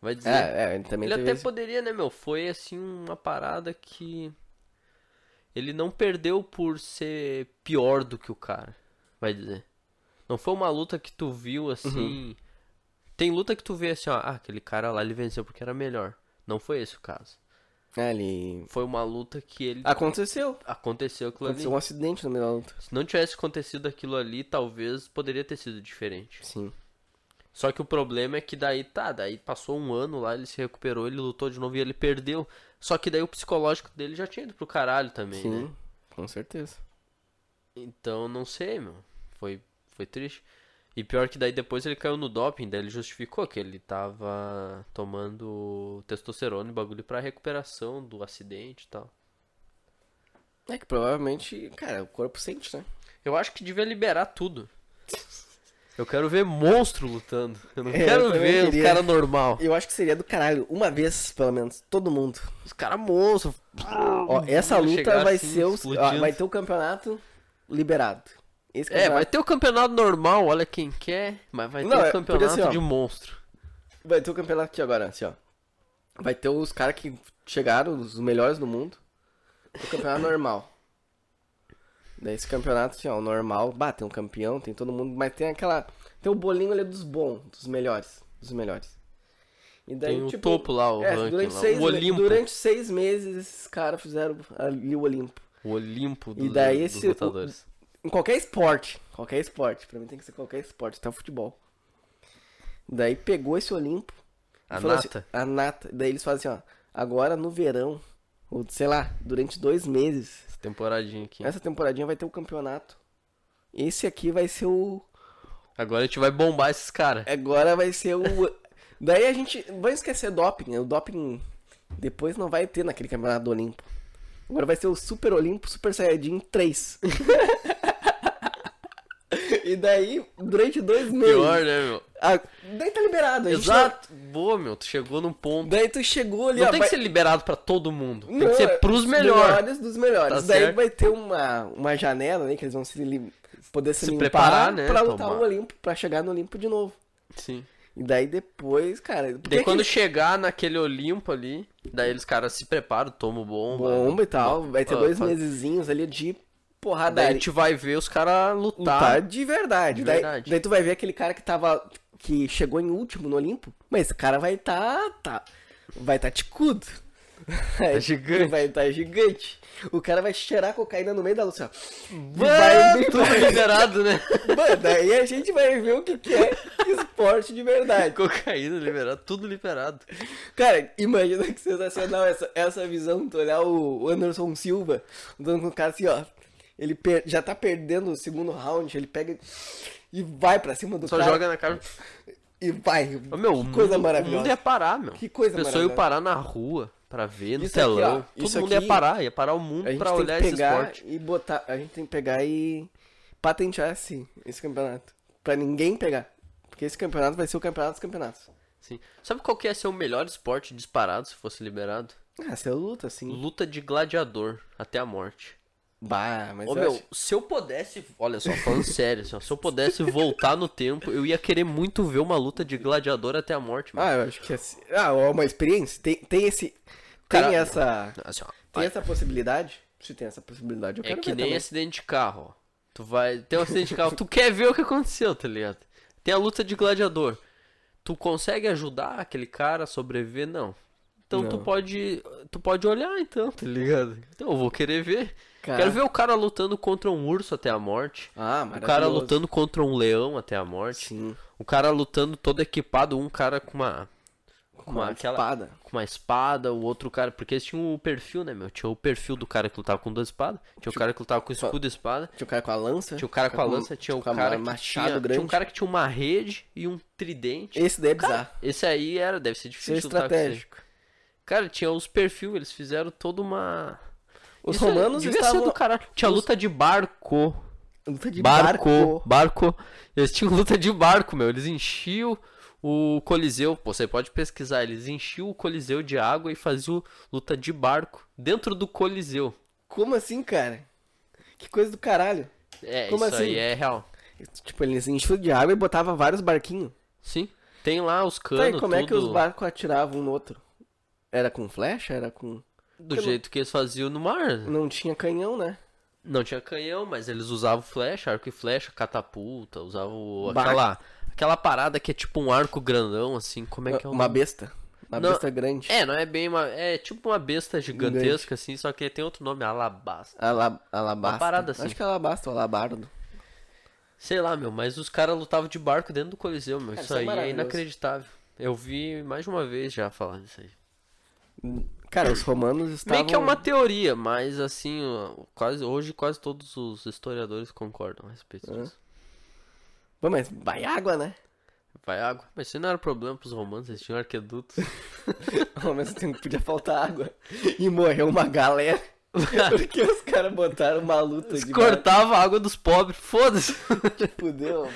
Vai dizer.
É, é, ele também
ele
teve.
até
esse-
poderia, né, meu? Foi assim uma parada que. Ele não perdeu por ser pior do que o cara, vai dizer. Não foi uma luta que tu
Uhum.
viu assim. Tem luta que tu vê assim, ó, ah, aquele cara lá ele venceu porque era melhor. Não foi esse o caso.
É, ele.
Foi uma luta que ele
Aconteceu.
aconteceu aquilo ali.
Ah, Aconteceu um acidente no meio da luta.
Se não tivesse acontecido aquilo ali, talvez poderia ter sido diferente.
Sim.
Só que o problema é que daí tá, daí passou um ano lá, ele se recuperou, ele lutou de novo e ele perdeu. Só que daí o psicológico dele já tinha ido pro caralho também, né?
Sim. Com certeza.
Então não sei, meu. Foi, foi triste. E pior que daí depois ele caiu no doping, daí ele justificou que ele tava tomando testosterona e bagulho pra recuperação do acidente e tal.
É que provavelmente, cara, o corpo sente, né?
Eu acho que devia liberar tudo. Eu quero ver monstro lutando. Eu não
É, eu
quero
também
ver
queria.
um cara normal.
Eu acho que seria do caralho, uma vez, pelo menos, todo mundo.
Os caras monstro.
Ó, essa
Vai
luta
chegar
vai
assim,
ser o.
explodindo.
ó, vai ter o campeonato liberado. Esse
É,
campeonato
vai ter o campeonato normal, olha quem quer, mas vai
Não,
ter
é,
o campeonato
podia ser, ó.
de monstro.
Vai ter o campeonato aqui agora, assim, ó. Vai ter os caras que chegaram, os melhores do mundo. O campeonato normal. Daí esse campeonato, assim, ó, o normal. Bah, tem um campeão, tem todo mundo, mas tem aquela. Tem o bolinho ali dos bons, dos melhores. Dos melhores. E daí,
Tem o
tipo,
topo lá, o
é,
ranking
durante,
lá,
seis,
o
me-
Olimpo.
durante seis meses esses caras fizeram ali o Olimpo.
O Olimpo
E
dos,
daí
dos
esse-
lutadores.
Em qualquer esporte. Qualquer esporte. Pra mim tem que ser qualquer esporte, até o futebol. Daí pegou esse Olimpo.
A
falou assim,
nata.
a nata. Daí eles fazem assim, ó. Agora no verão, ou sei lá, durante dois meses,
Essa temporadinha aqui.
essa temporadinha vai ter o campeonato. Esse aqui vai ser o.
Agora a gente vai bombar esses caras.
Agora vai ser o. Daí a gente. Vai esquecer doping. né? O doping depois não vai ter naquele campeonato do Olimpo. Agora vai ser o Super Olimpo Super Saiyajin 3. e daí, durante dois meses.
Pior, né, meu?
a- Daí tá liberado. a gente
Exato. Boa, meu, tu chegou num
não-
ponto.
Daí tu chegou ali,
Não
ó,
tem
vai-
que ser liberado pra todo mundo. Tem
Não, é,
que ser pros
os
melhores.
melhores dos melhores.
Tá
Daí
certo.
vai ter uma, uma janela, né? Que eles vão se li- poder se,
Se
limpar
preparar, né,
pra lutar
tomar.
o Olimpo, pra chegar no Olimpo de novo.
Sim.
E daí depois, cara. porque
Daí quando
que
chegar naquele Olimpo ali, daí os caras se preparam, tomam bomba.
bomba e tal, vai ter
Ah,
dois
faz-
mesezinhos ali de
Daí a
porradaria.
gente vai ver os caras
Lutar
lutar.
de verdade.
tá De
Daí-
verdade.
Daí, tu vai ver aquele cara que tava. que chegou em último no Olimpo, mas esse cara vai tá. tá vai tá ticudo. Tá
gigante.
Vai tá gigante. O cara vai cheirar cocaína no meio da luz, assim, ó. E
Vai,
vai-
tudo liberado, né?
Mano, aí a gente vai ver o que, que é esporte de verdade.
Cocaína liberado, tudo liberado.
Cara, imagina que sensacional essa, essa visão, tu olhar o Anderson Silva, andando com o cara assim, ó. Ele per- já tá perdendo o segundo round, ele pega e vai pra cima do
Só
cara
joga na cara.
e vai.
Ô, Meu,
que
o
coisa
mundo- é O mundo
maravilhosa.
ia parar, meu.
Que coisa
A pessoa ia
maravilhosa.
parar na rua pra ver no
Isso aqui, ó,
telão. Todo
isso
mundo
aqui-
ia parar, ia parar o mundo
A gente
pra
tem
olhar
que
esse
pegar
esporte.
e botar, a gente tem que pegar e patentear esse, esse campeonato, Pra ninguém pegar. Porque esse campeonato vai ser o campeonato dos campeonatos.
Sim. Sabe qual que ia ser o melhor esporte disparado se fosse liberado?
Ah, essa é luta, assim.
Luta de gladiador até a morte.
Bah, mas
Ô,
eu
meu,
acho-
se eu pudesse, olha só, falando sério, assim, ó, se eu pudesse voltar no tempo, eu ia querer muito ver uma luta de gladiador até a morte, mano.
Ah, eu acho que é... assim- Ah, é uma experiência. Tem, tem esse... Tem
Cara,
essa...
Assim, ó,
Tem essa possibilidade? Se tem essa possibilidade, eu
é
quero
que
ver
nem
também.
acidente de carro, ó. Tu vai, tem um acidente de carro, tu quer ver o que aconteceu, tá ligado? Tem a luta de gladiador. Tu consegue ajudar aquele cara a sobreviver? Não. Então tu
Não.
pode, tu pode olhar então, tá ligado? Então eu vou querer ver.
Cara-
Quero ver o cara lutando contra um urso até a morte.
Ah,
O cara
maravilhoso.
lutando contra um leão até a morte.
Sim.
O cara lutando todo equipado, um cara com uma. Com
Uma
uma, aquela,
espada.
Com uma espada, o outro cara. Porque eles tinham o perfil, né, meu? Tinha o perfil do cara que lutava com duas espadas. Tinha o cara que lutava com escudo e espada.
Tinha o cara com a lança.
Tinha o cara com a lança, tinha o
É. com a
cara que
machado
tinha,
grande.
tinha um cara que tinha uma rede e um tridente.
Esse daí é bizarro.
Esse aí era, deve ser
Isso é
difícil lutar com esse aí.
estratégico.
Cara, tinha os perfis, eles fizeram toda uma.
Os
Isso é
romanos
devia ser
estavam...
do caralho. Tinha luta de barco.
Luta de
barco, barco. Eles tinham luta de barco, meu. Eles enchiam o Coliseu. Pô, Você pode pesquisar. Eles enchiam o Coliseu de água e faziam luta de barco dentro do Coliseu.
Como assim, cara? Que coisa do caralho.
É,
Como
isso
assim?
aí é real.
Tipo, eles enchiam de água e botavam vários barquinhos.
Sim. Tem lá os canos,
Tá, e como é que
tudo
os barcos atiravam um no outro? Era com flecha? Era com...
do jeito que eles faziam no mar.
Não tinha canhão, né?
Não tinha canhão, mas eles usavam flecha, arco e flecha, catapulta, usavam
Bah.
aquela aquela parada que é tipo um arco grandão assim. Como é que é o
Uma
nome?
besta. Uma
Não.
besta grande.
É, não é bem uma. É tipo uma besta gigantesca, assim, só que tem outro nome, alabasta.
Ala- Alabasta.
Uma parada assim.
Acho que é alabasta, ou alabardo.
Sei lá, meu, mas os caras lutavam de barco dentro do Coliseu, meu.
isso
isso
é
aí é
maravilhoso.
inacreditável. Eu vi mais de uma vez já falar disso aí.
Cara, os romanos estavam...
Meio que é uma teoria, mas assim, ó, quase, hoje quase todos os historiadores concordam a respeito
Hã?
disso.
Pô, mas vai água, né?
Vai água. Mas isso não era problema pros romanos, eles tinham arquedutos.
Ao mesmo tempo podia faltar água. E morreu uma galera. Porque os caras botaram uma luta
Eles
de
cortavam a água dos pobres, foda-se.
barco. Fudeu.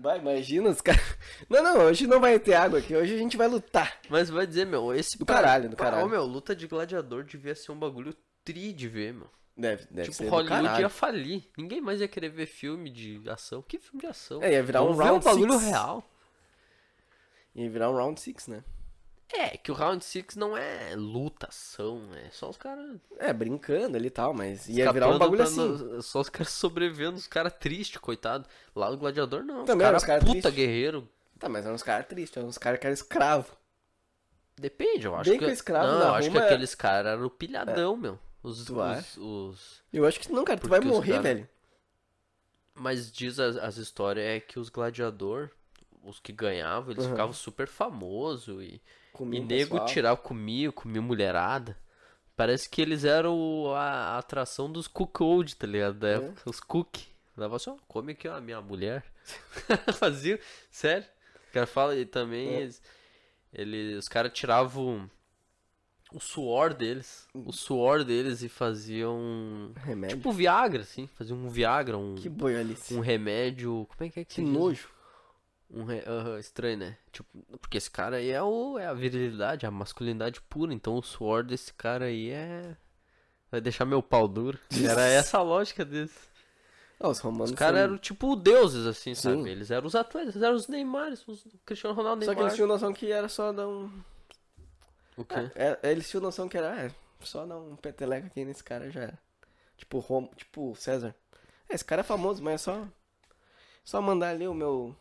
Vai, imagina os caras. Não, não, hoje não vai ter água aqui. Hoje a gente vai lutar.
Mas vai dizer, meu, esse.
Do caralho, do
Cara,
caralho.
ô, meu, luta de gladiador devia ser um bagulho tri de ver, meu.
Deve, deve
tipo,
ser. do
Hollywood
caralho.
ia falir. Ninguém mais ia querer ver filme de ação. Que filme de ação?
É, ia virar um
Vamos ver
round
um bagulho
six.
real.
Ia virar um round six, né?
É, que o Round six não é luta, ação, é só os caras.
É, brincando ali e tal, mas ia virar um
escapando
bagulho
pra
assim.
no- Só os caras sobrevivendo, os caras tristes, coitado. Lá no Gladiador não.
Também eram
os
os cara
caras puta
triste.
guerreiro.
Tá, mas eram uns caras tristes, eram uns caras que eram escravo.
Depende, eu acho
Bem
que.
que o escravo
não,
da
eu acho que
Roma é-
aqueles caras eram pilhadão, meu. Os,
Tu
os,
acha?
os-
Eu acho que não, cara, tu
Porque
vai
os
morrer,
cara-
velho.
Mas diz as, as histórias é que os gladiador, os que ganhavam, eles
Uhum.
ficavam super famosos e,
Comi
e
um
nego
pessoal.
tirava, comia, comia mulherada. Parece que eles eram o- a, a atração dos cuckold, tá ligado?
É.
Da época, os cook. Dava só, come aqui a minha mulher. Fazia, sério. O cara fala, e também
É.
eles, eles- os caras tiravam o suor deles,
Uhum.
o suor deles e faziam,
Remédio.
tipo Viagra, assim, faziam um Viagra, um...
É. Que boiolice.
Um remédio. Como é que é que
Que
se diz?
nojo.
Um re- aham, estranho, né? Tipo, porque esse cara aí é, o... é a virilidade, a masculinidade pura. Então o suor desse cara aí é. Vai deixar meu pau duro. Era essa a lógica desse.
Ah, os romanos.
Os caras
são-
eram tipo deuses, assim, sabe?
Sim.
Eles eram os atletas, eles eram os Neymares, os Cristiano Ronaldo
Só que
Neymar.
eles tinham noção que era só dar um.
O quê?
Ah, é- eles tinham noção que era. ah, só dar um peteleco aqui nesse cara já era. Tipo Rom, tipo César. É, esse cara é famoso, mas é só. Só mandar ali o meu.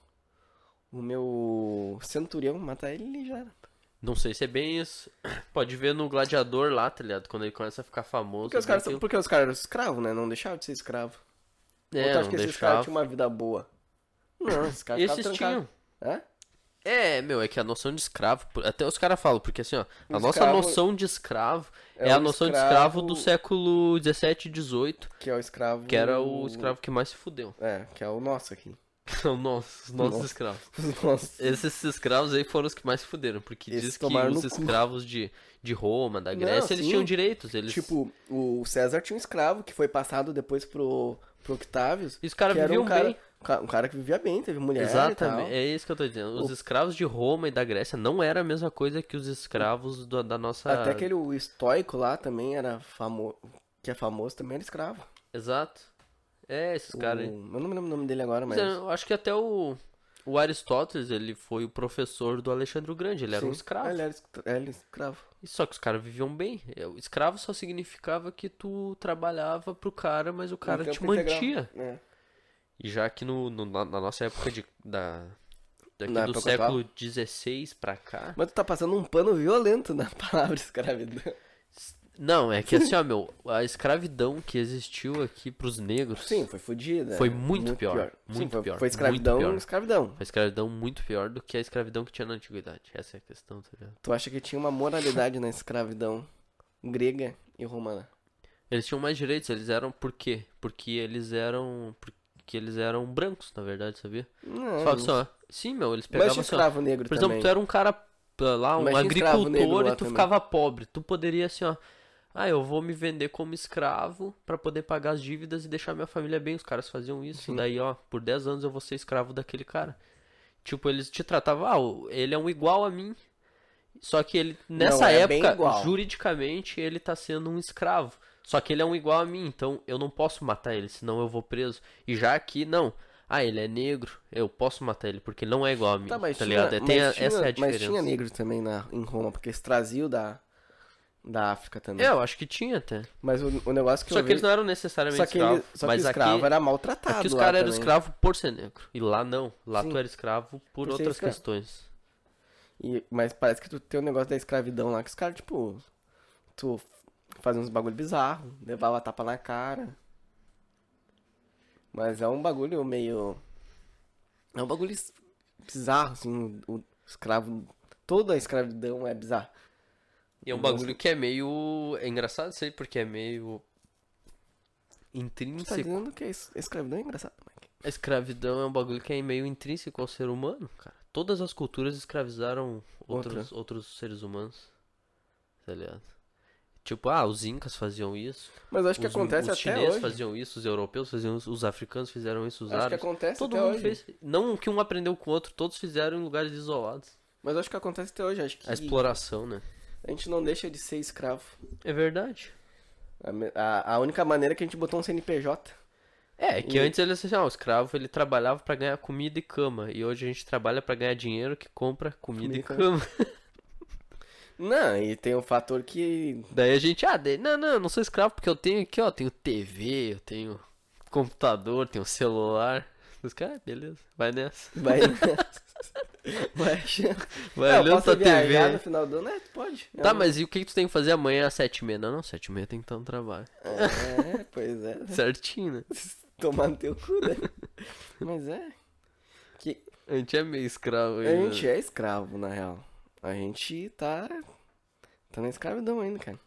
O meu centurião matar ele e já era.
Não sei se é bem isso. Pode ver no Gladiador lá, tá ligado? Quando ele começa a ficar famoso.
Porque os
bem
caras,
que
são- porque os caras eram escravos, né? Não deixavam de ser escravo.
eu-
Ou
É,
tu acha
não
que esses
deixava.
caras tinham uma vida boa? Não, esses caras
Esses
ficavam
tinham.
trancados. Hã?
É, meu, é que a noção de escravo, por- até os caras falam, porque assim, ó, a
Um
nossa
escravo
noção de escravo
é
é, a
um
noção de
escravo-
escravo do século 17 e 18,
Que é o escravo.
que era o escravo que mais se fudeu.
É, que é o nosso aqui.
São nossos, os nossos
Nossa.
escravos.
Os nossos.
Esses escravos aí foram os que mais se fuderam, porque
Esses
diz que
tomaram
os
no cu.
escravos de, de Roma, da
Não,
Grécia, eles
sim.
tinham direitos, eles...
Tipo, o César tinha um escravo que foi passado depois pro, pro Octavius.
e os caras
que era
viviam
um cara,
bem.
ca- um cara que vivia bem, teve mulher
Exatamente,
e
é isso que eu tô dizendo. Os
O-
escravos de Roma e da Grécia não era a mesma coisa que os escravos do- da nossa.
tal. Até aquele o estoico lá também era famoso, que é famoso também era escravo.
Exato. É, esses
O-
caras. aí.
Eu não me lembro o nome dele agora, mas...
Mas eu acho que até o, o Aristóteles, ele foi o professor do Alexandre o Grande, ele era um
Sim.
escravo.
Ah, Ele era, escra- ele era escravo.
E Só que os caras viviam bem. É, O escravo só significava que tu trabalhava pro cara, mas o cara
Em
te
tempo um integral.
mantia.
É.
E já que no, no- na, na nossa época de, da, daqui
Na
do
época
século XVI pra cá.
Mas tu tá passando um pano violento na palavra escravidão.
Não, é que assim, ó, meu, a escravidão que existiu aqui pros negros
Sim, foi fodida.
Foi muito pior,
Sim,
muito
foi,
pior,
Foi escravidão,
muito pior.
escravidão.
foi escravidão muito pior do que a escravidão que tinha na antiguidade. Essa é a questão, tá ligado?
Tu acha que tinha uma moralidade na escravidão grega e romana?
Eles tinham mais direitos, eles eram por quê? Porque eles eram. Porque eles eram brancos, na verdade, sabia?
Não,
Só que assim, ó, sim, meu, eles
Ah, Mas
pegavam
tinha
assim, ó,
escravo negro
Por
também.
exemplo, tu era um cara ah, lá, um
Mas tinha escravo negro
agricultor
lá
e tu
também.
ficava pobre. Tu poderia assim, ó. Ah, eu vou me vender como escravo pra poder pagar as dívidas e deixar minha família bem. Os caras faziam isso. E
Uhum.
daí, ó, por 10 anos eu vou ser escravo daquele cara. Tipo, eles te tratavam, ah, o- ele é um igual a mim. Só que ele, nessa
é bem
época,
igual.
juridicamente, ele tá sendo um escravo. Só que ele é um igual a mim, então eu não posso matar ele, senão eu vou preso. E já aqui, não. Ah, ele é negro, eu posso matar ele, porque ele não é igual a mim.
Tá, mas,
tá
tinha,
ligado? É, tem a-
mas, tinha,
essa é a
mas
diferença.
tinha negro também na, em Roma, porque eles traziam da, da África também.
É, eu acho que tinha até.
Mas o, o negócio que
só
né? eu
que
vi...
eles não eram necessariamente
só que, ele-
escravos.
só que
mas
o escravo
aqui,
era maltratado
aqui os
lá
caras eram
também.
escravos por ser negro. E lá não. Lá
Sim.
tu era escravo por,
Por ser
outras
escravo.
questões.
E- mas parece que tu tem um negócio da escravidão lá que os caras, tipo, tu fazia uns bagulho bizarro, levava tapa na cara. Mas é um bagulho meio. É um bagulho es- bizarro, assim, o, o escravo. Toda a escravidão é bizarra.
E é um bagulho que é meio. É engraçado isso aí, porque é meio.
Tu tá
Intrínseco.
dizendo que a es- escravidão é engraçada, Mike.
A escravidão é um bagulho que é meio intrínseco ao ser humano, cara. Todas as culturas escravizaram outros, outros seres humanos. Tá ligado? Tipo, ah, os incas faziam isso.
Mas eu acho que
os,
acontece
os
até
chineses
hoje.
faziam isso, os europeus faziam isso, os africanos fizeram isso, os
Acho que
árabes.
acontece
Todo
até
mundo
hoje.
fez. Não que um aprendeu com o outro, todos fizeram em lugares isolados.
Mas eu acho que acontece até hoje. Acho que
A exploração, né?
a gente não deixa de ser escravo.
É verdade.
A, me- a- a única maneira é que a gente botou um CNPJ.
É, que
E-
antes ele assim, ah, o escravo ele trabalhava pra ganhar comida e cama. E hoje a gente trabalha pra ganhar dinheiro que compra comida,
Comida
e
e
cama.
Não, e tem um fator que
Daí a gente, ah, daí, não, não, eu não sou escravo porque eu tenho aqui, ó, tenho TV, eu tenho computador, tenho celular. Os caras, ah, beleza, vai nessa.
Vai. Vai achando.
Vai
É, eu
olhando tua
posso viajar
TV.
no final do ano? É, tu pode.
Tá,
Eu-
mas e o que, que tu tem que fazer amanhã às sete e meia? Não, não, sete e meia tem que estar no trabalho.
É, pois é.
Certinho, né?
Tomar no teu cu, né? Mas é. Que...
A gente é meio escravo
A
ainda. né?
gente é escravo, na real. A gente tá. Tá na escravidão ainda, cara.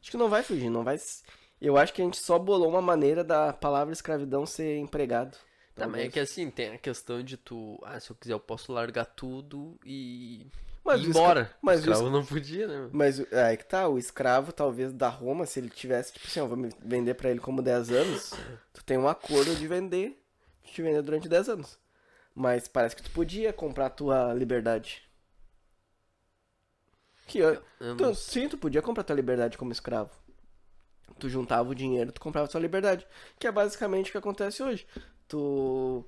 Acho que não vai fugir, não vai. s- Eu acho que a gente só bolou uma maneira da palavra escravidão ser empregado.
Tá, mas é
talvez.
que assim, tem a questão de tu, ah, se eu quiser eu posso largar tudo e
Mas
ir
o escra-
embora.
mas
o
o
escravo não podia, né? meu?
Mas o- aí que tá, o escravo, talvez, da Roma, se ele tivesse, tipo assim, eu vou me vender pra ele como 10 anos, tu tem um acordo de vender, de te vender durante 10 anos. Mas parece que tu podia comprar a tua liberdade. Que eu,
Eu não
tu, sim, Então, tu podia comprar tua liberdade como escravo. Tu juntava o dinheiro, tu comprava tua liberdade. Que é basicamente o que acontece hoje. Tu,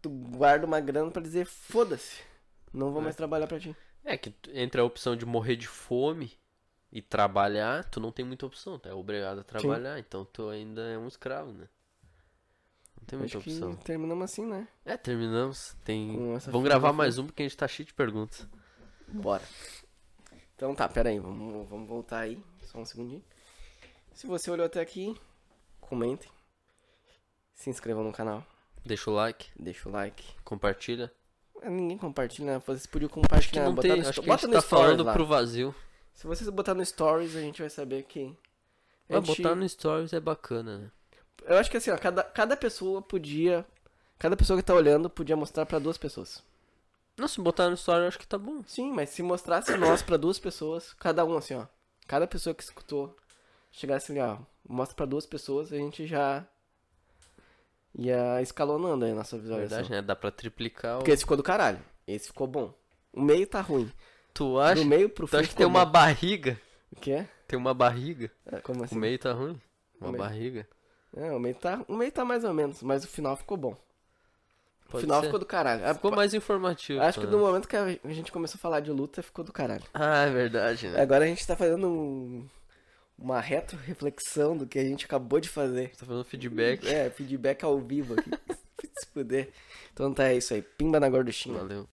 tu guarda uma grana pra dizer, foda-se, não vou mais trabalhar pra ti.
É que tu- entre a opção de morrer de fome e trabalhar, tu não tem muita opção, tu é obrigado a trabalhar, então tu ainda é um escravo, né? Não tem É muita
Acho que
opção.
terminamos assim, né?
É, terminamos. Tem...
Com essa
Vamos gravar
filosofia.
mais um porque a gente tá cheio de perguntas.
Bora. Então tá, pera aí, vamos, vamos voltar aí, só um segundinho. Se você olhou até aqui, comentem, se inscrevam no canal,
Deixa o like,
deixa o like.
compartilha.
Ah, Ninguém compartilha, né? vocês podiam
Acho que
compartilhar,
não
botar
tem,
no,
acho
sto-
que a gente
bota no
tá
stories
falando
lá.
pro vazio.
Se vocês botar no stories, a gente vai saber que... a
Vai
gente-
botar no stories é bacana, né?
Eu acho que assim, ó, cada, cada pessoa podia... Cada pessoa que tá olhando podia mostrar pra duas pessoas.
Não, se botar no story eu acho que tá bom.
Sim, mas se mostrasse nós pra duas pessoas, cada um assim, ó. Cada pessoa que escutou chegasse ali, ó, mostra pra duas pessoas, a gente já Ia escalonando aí a nossa visualização.
Verdade, né? Dá pra triplicar o.
Porque esse ficou do caralho. Esse ficou bom. O meio tá ruim.
Tu acha,
Do meio pro
tu
fim
acha que tem
ficou
uma
bom.
barriga?
O quê?
Tem uma barriga?
É, Como assim?
O meio tá ruim? Uma
meio.
barriga?
É, o meio tá, o meio tá mais ou menos, mas o final ficou bom. O
Pode
final
ser. É,
ficou do caralho. Ah,
Ficou mais informativo.
Acho que
pelo
do
menos.
momento que a gente começou a falar de luta, ficou do caralho.
Ah, é verdade, né?
Agora a gente tá fazendo um- uma reto reflexão do que a gente acabou de fazer.
Tá fazendo feedback.
É, feedback ao vivo aqui. Se fuder. Então tá, é isso aí. Pimba na gorduchinha.
Valeu.